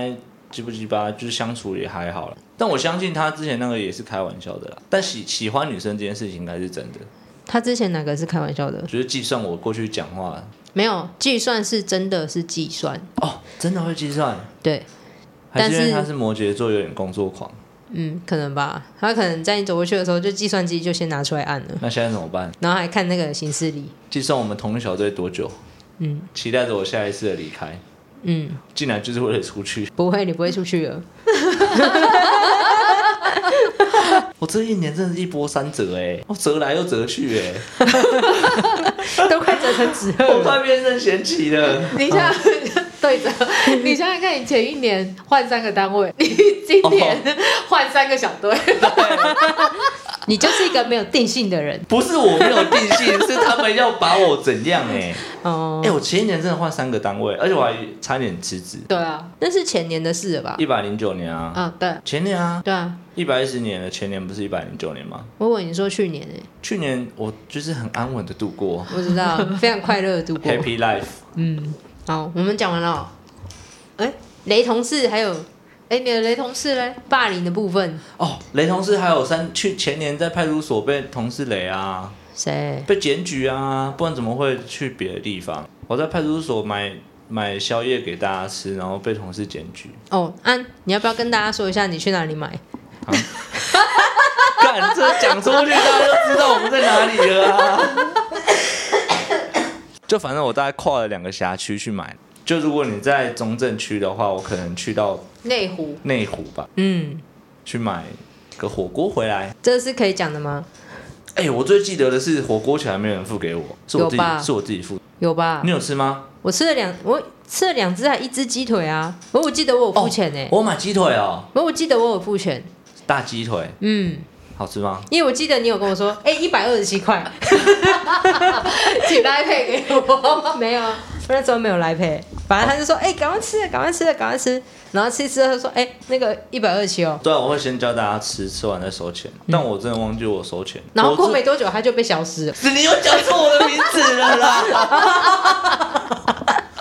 鸡不鸡巴，就是相处也还好了。但我相信他之前那个也是开玩笑的啦。但喜喜欢女生这件事情应该是真的，
他之前哪个是开玩笑的？
就是计算我过去讲话
没有，计算是真的是计算，
哦，真的会计算，
对，
还是因
但
为
是
他是摩羯座，有点工作狂。
嗯，可能吧。他可能在你走过去的时候，就计算机就先拿出来按了，
那现在怎么办？
然后还看那个行事历，
计算我们同一小队多久？
嗯，
期待着我下一次的离开。
嗯。
进来就是为了出去。
不会，你不会出去了。
我这一年真的是一波三折哎、我折来又折去 哎、
都快折成纸鹤
我
了。
快变任贤齐了。
你想
嗯
对着，你想想看，你前一年换三个单位，你今年
哦
换三个小队，
你就是一个没有定性的人
不是我没有定性，是他们要把我怎样哎、
哦
哎、。我前一年真的换三个单位，而且我还差点辞职。
对啊，
那是前年的事了吧？
一百零九年啊，
嗯，对
前年啊，
对啊，
一百一十年的前年不是一百零九年吗？
我以为你说去年诶、
去年我就是很安稳的度过
不知道，非常快乐的度过。
，Happy Life。
嗯，好，我们讲完了哦。
哎
雷同事还有
哎，你的雷同事嘞？
霸凌的部分，
哦，雷同事还有三去前年在派出所被同事雷啊，
谁？
被检举啊，不然怎么会去别的地方？我在派出所买买宵夜给大家吃，然后被同事检举，
哦，安，你要不要跟大家说一下你去哪里买？
干这讲出去大家就知道我们在哪里了啊！就反正我大概跨了两个辖区去买。就如果你在中正区的话，我可能去到
内湖
内湖吧，
嗯，
去买个火锅回来。
这是可以讲的吗？
哎、我最记得的是火锅钱还没有人付给我，是我自
有吧
己是我自己付。
有吧
你？有吃吗？
我吃了两，我吃了两只还一只鸡腿啊。我我记得我有付钱呢、
哦
欸
我买鸡腿哦，
我我记得我有付钱。
大鸡腿，
嗯，
好吃吗？
因为我记得你有跟我说，哎、一百二十七块，
请来配给我。
没有啊，我那时候没有来陪。反正他就说，哎、赶快吃了，赶快吃了，赶快吃。然后吃一吃，他说，哎、那个一百二十七哦。
对啊，我会先教大家吃，吃完再收钱。但我真的忘记我收钱。
嗯然后
我
过
是
没多久，他就被消失了。
你又讲错我的名字了啦！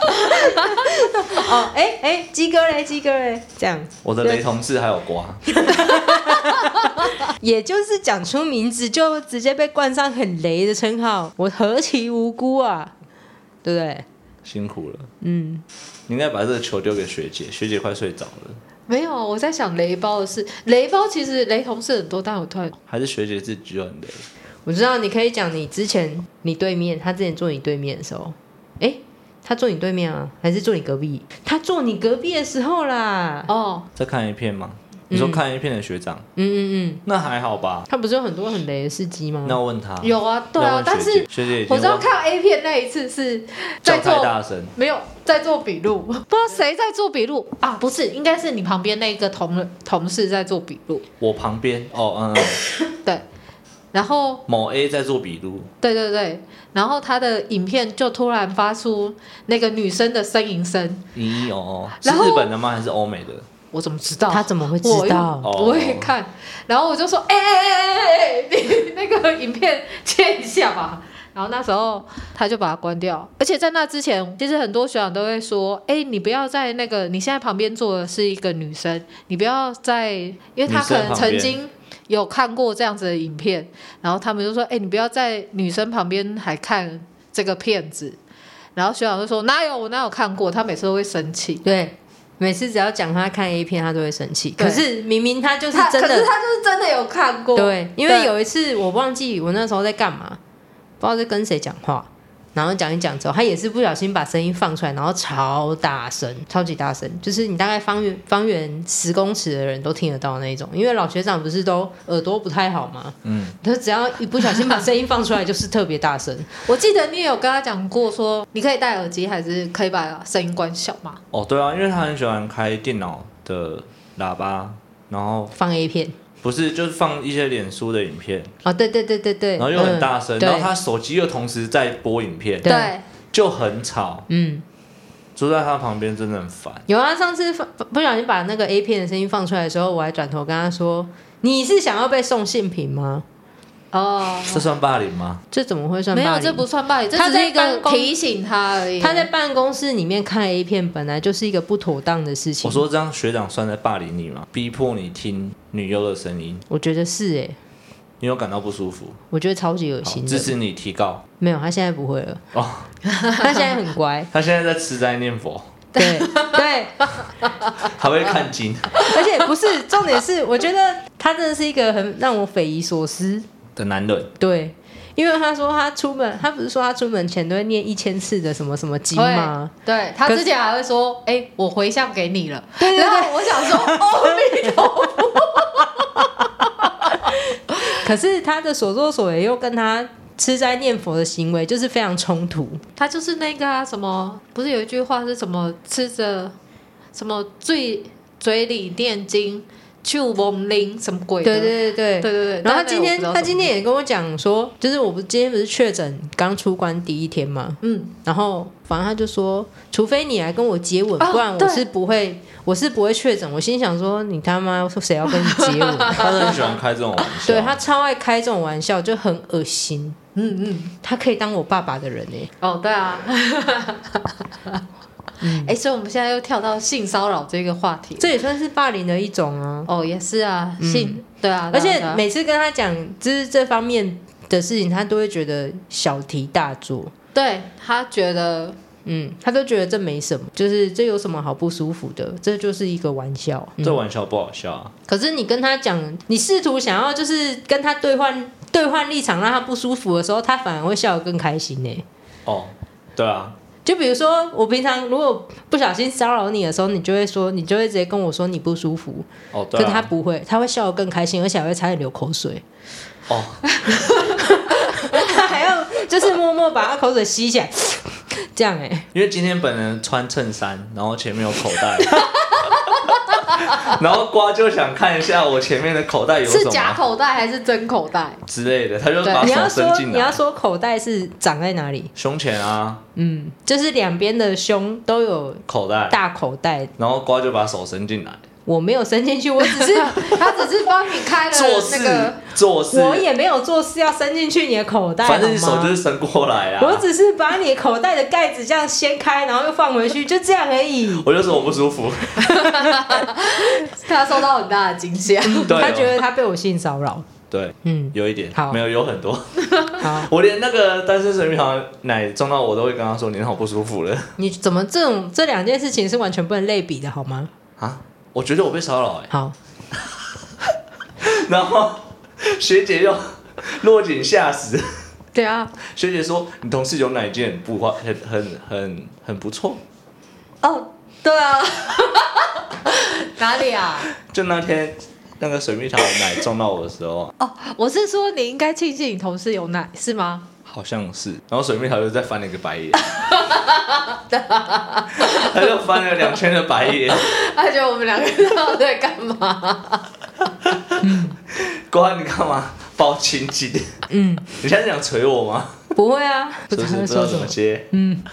哦，哎哎，鸡哥嘞，鸡哥嘞，这样。
我的雷同事还有瓜，
也就是讲出名字就直接被冠上很雷的称号，我何其无辜啊，对不对？
辛苦了。
嗯，
你应该把这个球丢给学姐，学姐快睡着了，
没有，我在想雷包的事。雷包其实雷同事很多，但我突然
还是学姐自己就很累。
我知道你可以讲你之前你对面，他之前坐你对面的时候，诶，他坐你对面啊，还是坐你隔壁？他坐你隔壁的时候啦，
哦，
再看一片吗？你说看一片的学长，
嗯嗯嗯，
那还好吧？
他不是有很多很雷的事迹吗？
那我问他，
有啊，对
那
啊
问，
但
学
是
姐学姐已
我
经
知道
忘
看 A 片那一次是
叫
在做
太大声，
没有在做笔录，不知道谁在做笔录啊？不是，应该是你旁边那个同仁同事在做笔录。
我旁边哦嗯，嗯
对，然后
某 A 在做笔录，
对对对，然后他的影片就突然发出那个女生的呻吟声，
咦哦哦，是
然后
日本的吗？还是欧美的？
我怎么知道？
他怎么会知
我又
道
哦
我也看，然后我就说，哎哎哎哎哎，你那个影片切一下吧。然后那时候他就把它关掉，而且在那之前，其实很多学长都会说，哎，你不要在那个你现在旁边坐的是一个女生，你不要在，因为他可能曾经有看过这样子的影片，然后他们就说，哎，你不要在女生旁边还看这个片子。然后学长就说哪有我哪有看过，他每次都会生气。
对，每次只要讲他看 A 片，他都会生气。
对
可是明明他就是
他
真
可是
的
他就是真的有看过，
对，因为
对
有一次我忘记我那时候在干嘛，不知道在跟谁讲话，然后讲一讲之后，他也是不小心把声音放出来，然后超大声，超级大声，就是你大概方圆方圆十公尺的人都听得到那一种。因为老学长不是都耳朵不太好吗？
嗯，
他只要一不小心把声音放出来，就是特别大声。
我记得你也有跟他讲过说，你可以戴耳机，还是可以把声音关小嘛？
哦对啊，因为他很喜欢开电脑的喇叭，然后
放 A 片
不是就是放一些脸书的影片，
哦，对对对对对，
然后又很大声，
嗯
然后
对，
他手机又同时在播影片，
对
就很吵，
嗯。
坐在他旁边真的很烦。
有啊，上次放不小心把那个 A 片的声音放出来的时候，我还转头跟他说：“你是想要被送性品吗？”
哦，
这算霸凌吗？
这怎么会算霸
没
凌？
有，这不算霸凌，这
他
只
在
是一个
办公
提醒他而已。
他在办公室里面看 A 片，本来就是一个不妥当的事情。
我，说这样学长算在霸凌你吗？逼迫你听女优的声音，
我觉得是哎、
你有感到不舒服？
我觉得超级恶
好，
心
支持
的。
你提告。
没有，他现在不会 了，
哦，
他现在很乖。
他现在在吃斋念 佛，
对对，
还会看经。
而且不是重点是，我觉得他真的是一个很让我匪夷所思。
的男 人，
对，因为他说他出门，他不是说他出门前都会念一千次的什么什么经吗？
对，对他
可
之前还会说，哎，我回向给你了。
对对对
然后我 想说，哦，
可是他的所作所为又跟他吃斋念佛的行为就是非常冲突。
他就是那个啊，什么，不是有一句话是什么，吃着什么嘴嘴里念经，就亡灵什么鬼的？
对对对对
对对对
然后他
但那
今
个我
天
不知道
他
什么
今天也跟我讲说，就是我不今天不是确诊刚出关第一天嘛，
嗯，
然后反正他就说，除非你来跟我接吻，
啊
不然我
对
是不会，我是不会确诊。我心想说，你他妈谁要跟你接吻？啊
他是很喜欢开这种玩笑。
对他超爱开这种玩笑，就很恶心。
嗯嗯，
他可以当我爸爸的人哎、
哦，对啊。
嗯
哎，所以我们现在又跳到性骚扰这个话题了。
这也算是霸凌的一种啊。
哦，也是啊，性、对啊，
而
对
且
啊对啊
每次跟他讲就是这方面的事情，他都会觉得小题大做。
对他觉得
嗯，他都觉得这没什么，就是这有什么好不舒服的？这就是一个玩笑。嗯
这玩笑不好笑啊！
可是你跟他讲，你试图想要就是跟他兑换兑换立场，让他不舒服的时候，他反而会笑得更开心呢。
哦，对啊，
就比如说，我平常如果不小心骚扰你的时候，你就会说，你就会直接跟我说你不舒服，
哦
可
对
他
啊，
不会，他会笑得更开心，而且还会差点流口水，
哦，
他还要就是默默把他口水吸起来，这样哎、
因为今天本人穿衬衫，然后前面有口袋， 然后瓜就想看一下我前面的口袋有什
是假
么啊
口袋还是真口袋？
之类的，他就把
你要
手伸
说
进
你要
来，
说口袋是长在哪里？
胸前啊，
嗯，就是两边的胸都有
口袋，
大口袋，
然后瓜就把手伸进来，
我没有伸进去，我 只
只是
是
他只是帮你开了
做
那
事
个，
做事，
我也没有做事要伸进去你的口袋，
反正你
好
手
吗
就是伸过来啊，
我只是把你口袋的盖子这样掀开，然后又放回去，就这样而已。
我就说我不舒 服，
他受到很大的惊吓。
对哦
他觉得他被我性骚扰。
对，
嗯，
有一点
好，
没有有很多，
好，
我连那个单身水蜜桃奶撞到我都会跟他说你好不舒服了
你怎么这种这两件事情是完全不能类比的，好吗？
啊，我觉得我被骚扰哎，
好，
然后学姐又落井下石。
对啊，
学姐说你同事有哪一件不花很很很很不错？
哦，对啊， 哪里啊？
就那天那个水蜜桃奶撞到我的时候，
哦，我是说你应该庆幸你同事有奶是吗？
好像是，然后水蜜桃就在翻了一个白眼，他就翻了两圈的白眼。
啊
他觉得我们两个到底在干 嘛？
瓜，你干嘛抱亲戚？
嗯，
你现在想捶我吗？
不会啊，不
是
知
不
道
是不
在
知道
说什
怎么
么，嗯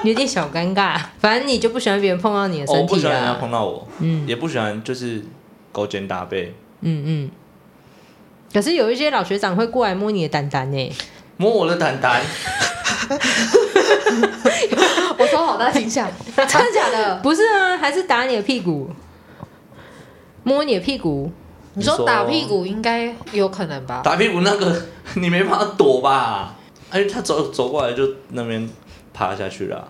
接？
有点小尴尬。反正你就不喜欢别人碰到你的
哦我
身
不
体
喜欢人家
啊。
碰到我，
嗯
也不喜欢就是勾肩搭背，
嗯嗯。可是有一些老学长会过来摸你的蛋欸蛋呢，
摸我的蛋蛋。
我受好大惊吓，真的假的？
不是啊，还是打你的屁股，摸你的屁股，
你
你
说
说
打屁股应该有可能吧？
打屁股那个 你没办法躲吧？而且他走走过来就那边趴下去了，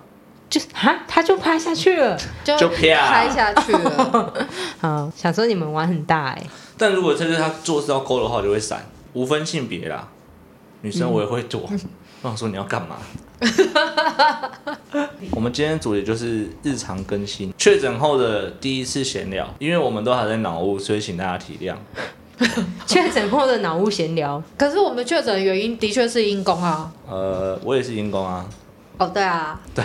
就是哈，他就趴下去了。
就
就啪
拍下去了。
好，想说你们玩很大哎、
但如果这是他做事要勾的话，我就会闪，无分性别啦。女生我也会躲，我想说你要干嘛？ 我们今天主题就是日常更新，确诊后的第一次闲聊，因为我们都还在脑雾，所以请大家体谅。
确诊后的脑雾闲聊，
可是我们确诊的原因的确是因公啊。
呃，我也是因公啊，
哦，对啊，对，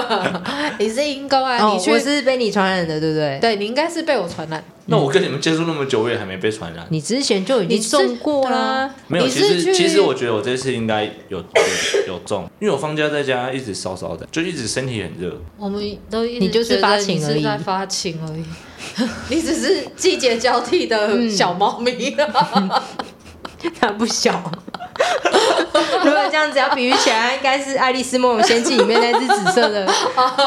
你是因公啊，你
哦，
确
我是被你传染的，对不对？
对你应该是被我传染。
那我跟你们接触那么久，我也还没被传染。
你之前就已经
你是
中过啦，
没有，
你
其
是
实
去
其实我觉得我这次应该有有有中，因为我放假在家一直烧烧的，就一直身体很热。
我们都一直
你就是
觉得
发情
你
而已
是在发情而已。 嗯你只是季节交替的小猫 咪、
它不小。如果这样子要比喻起来，它应该是《爱丽丝梦游仙境》里面那只紫色 的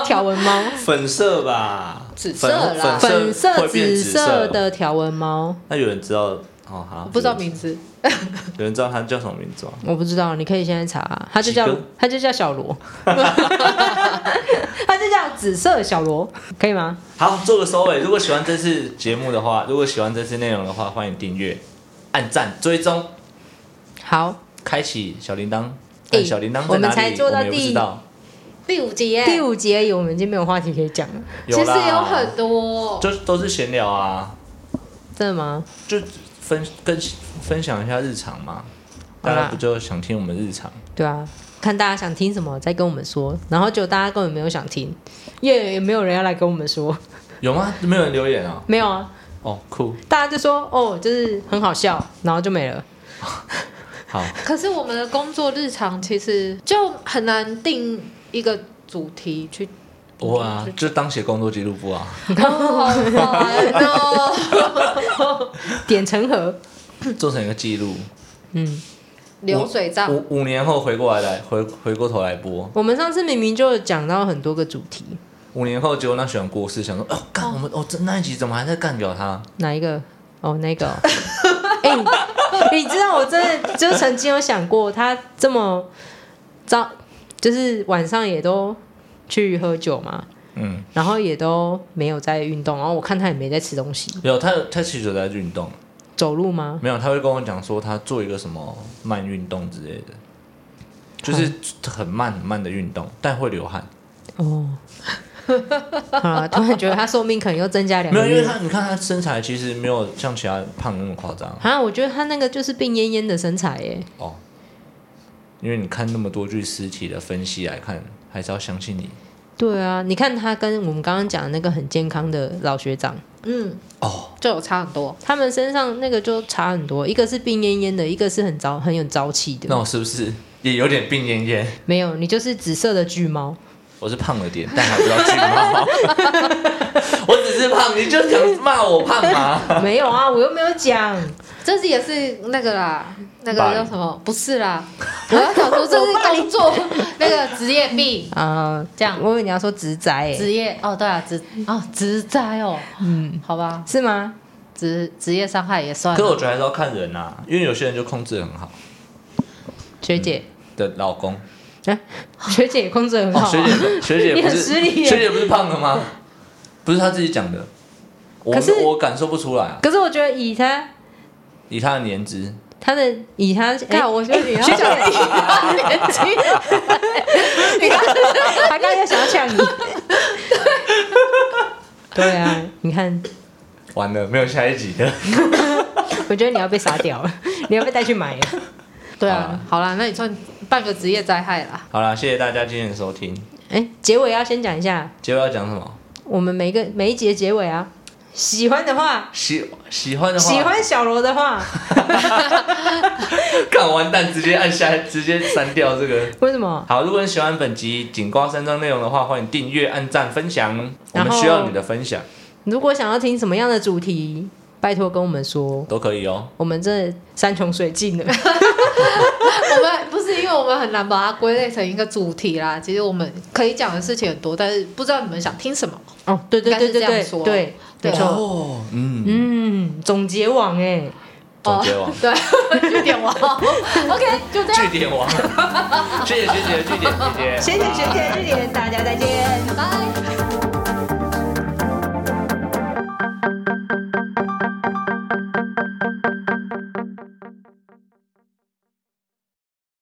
条纹猫，
粉色吧，
紫色
粉
啦
粉
粉
色
会变
紫
紫
色。的条纹猫，
那有人知道哦？好
我，不知道名字。
有人知道他叫什么名字吗？
我不知道，你可以现在查、它就叫
几个
它就叫小罗， 它就叫紫色小罗，可以吗？
好，做个收尾。如果喜欢这次节目的话，如果喜欢这次内容的话，欢迎订阅、按赞、追踪、
好，
开启小铃铛。
哎
按小铃铛在哪里？
我们才做到
我们也不
第
知道，
第五集耶，
第五集而已，我们已经没有话题可以讲了，
其实
啦
有很多，
就都是闲聊啊。
真的吗？
就分跟分享一下日常嘛，
好啦
大家不就想听我们日常？
对啊，看大家想听什么再跟我们说，然后就大家根本没有想听，也也没有人要来跟我们说，
有吗？没有人留言啊、
没有啊，
哦，酷，
大家就说哦，就是很好笑，然后就没了。
好，
可是我们的工作日常其实就很难定一个主题去。
不会啊，就当写工作记录簿啊。
哦好烦哦
点成盒，
做成一个记录，
嗯，
流水账。
五五年后回过来来回回过头来播，
我们上次明明就有讲到很多个主题，
五年后结果那喜欢过世，想说哦干、我们哦这那一集怎么还在干掉他？
哪一个？哦，那个、哦， 哎、你你知道我真的就曾经有想过，他这么早，就是晚上也都去喝酒嘛，
嗯，
然后也都没有在运动，然后我看他也没在吃东西，
有他有他其实有在运动，
走路吗？
没有他会跟我讲说他做一个什么慢运动之类的，就是很慢很慢的运动，但会流汗。
哦，好 了，突然觉得他寿命可能又增加两
没有，
个
因为
月。
他你看他身材其实没有像其他胖那么夸张
啊，我觉得他那个就是病恹恹的身材耶。
哦，因为你看那么多具尸体的分析来看，还是要相信你
对啊，你看他跟我们刚刚讲的那个很健康的老学长，
嗯，
哦。
就有差很多。
他们身上那个就差很多，一个是病恹恹的，一个是很朝很有朝气的。
那我是不是也有点病恹恹？
没有，你就是紫色的巨 猫。
我是胖了 点，但还不知道巨 猫。我只是胖，你就想骂我胖吗？
没有啊，我又没有讲。
这是也是那个啦，那个
白
叫什么？不是啦，我要想说这是工作那个职业病，
啊、
这样
我以为你要说直宅、欸，
职业哦，对啊，职啊职灾哦，
嗯，
好吧，
是吗？
职职业伤害也算
可。我觉得还是要看人啊，因为有些人就控制得很好
学姐，
的老公。
啊、学姐控制很
哦，
好、啊
学 姐，学姐
你
不
很
是
失礼耶
学姐不是胖了吗？不是她自己讲的，我
可是
我感受不出来啊。
可是我觉得以她
以她的年资，
她的以她，
干我觉得你要
学姐， 你看，他刚才想要呛 你。对啊，你看，
完了没有下一集 的。
我觉得你要被杀掉了，你要被带去埋了。
对
好
啊
啦，
好啦，那你算半个职业灾害啦。
好啦，谢谢大家今天的收听。
哎、结尾要先讲一下，
结尾要讲什么？
我们每一个每一节结尾啊，喜欢的话，
喜喜欢的话，
喜欢小罗的 话，
看完蛋，直接按下，直接删掉这个。
为什么？
好，如果你喜欢本集景瓜山庄内容的话，欢迎订阅、按赞、分享。我
然后
们需要你的分享，
如果想要听什么样的主题，拜托跟我们说，
都可以哦。
我们这山穷水 尽了。
我们不是因为我们很难把它归类成一个主题啦，其实我们可以讲的事情很多，但是不知道你们想听什么。
哦，对对对对
应该是这样
对
说
对，
对
没
啊
错。
哦，嗯，
嗯，总结网哎，
总结王
哦，对， 据点王。OK，就 这
据
样，
点王，谢谢学姐，据点姐姐。
谢谢学姐，谢谢大家再见。
拜。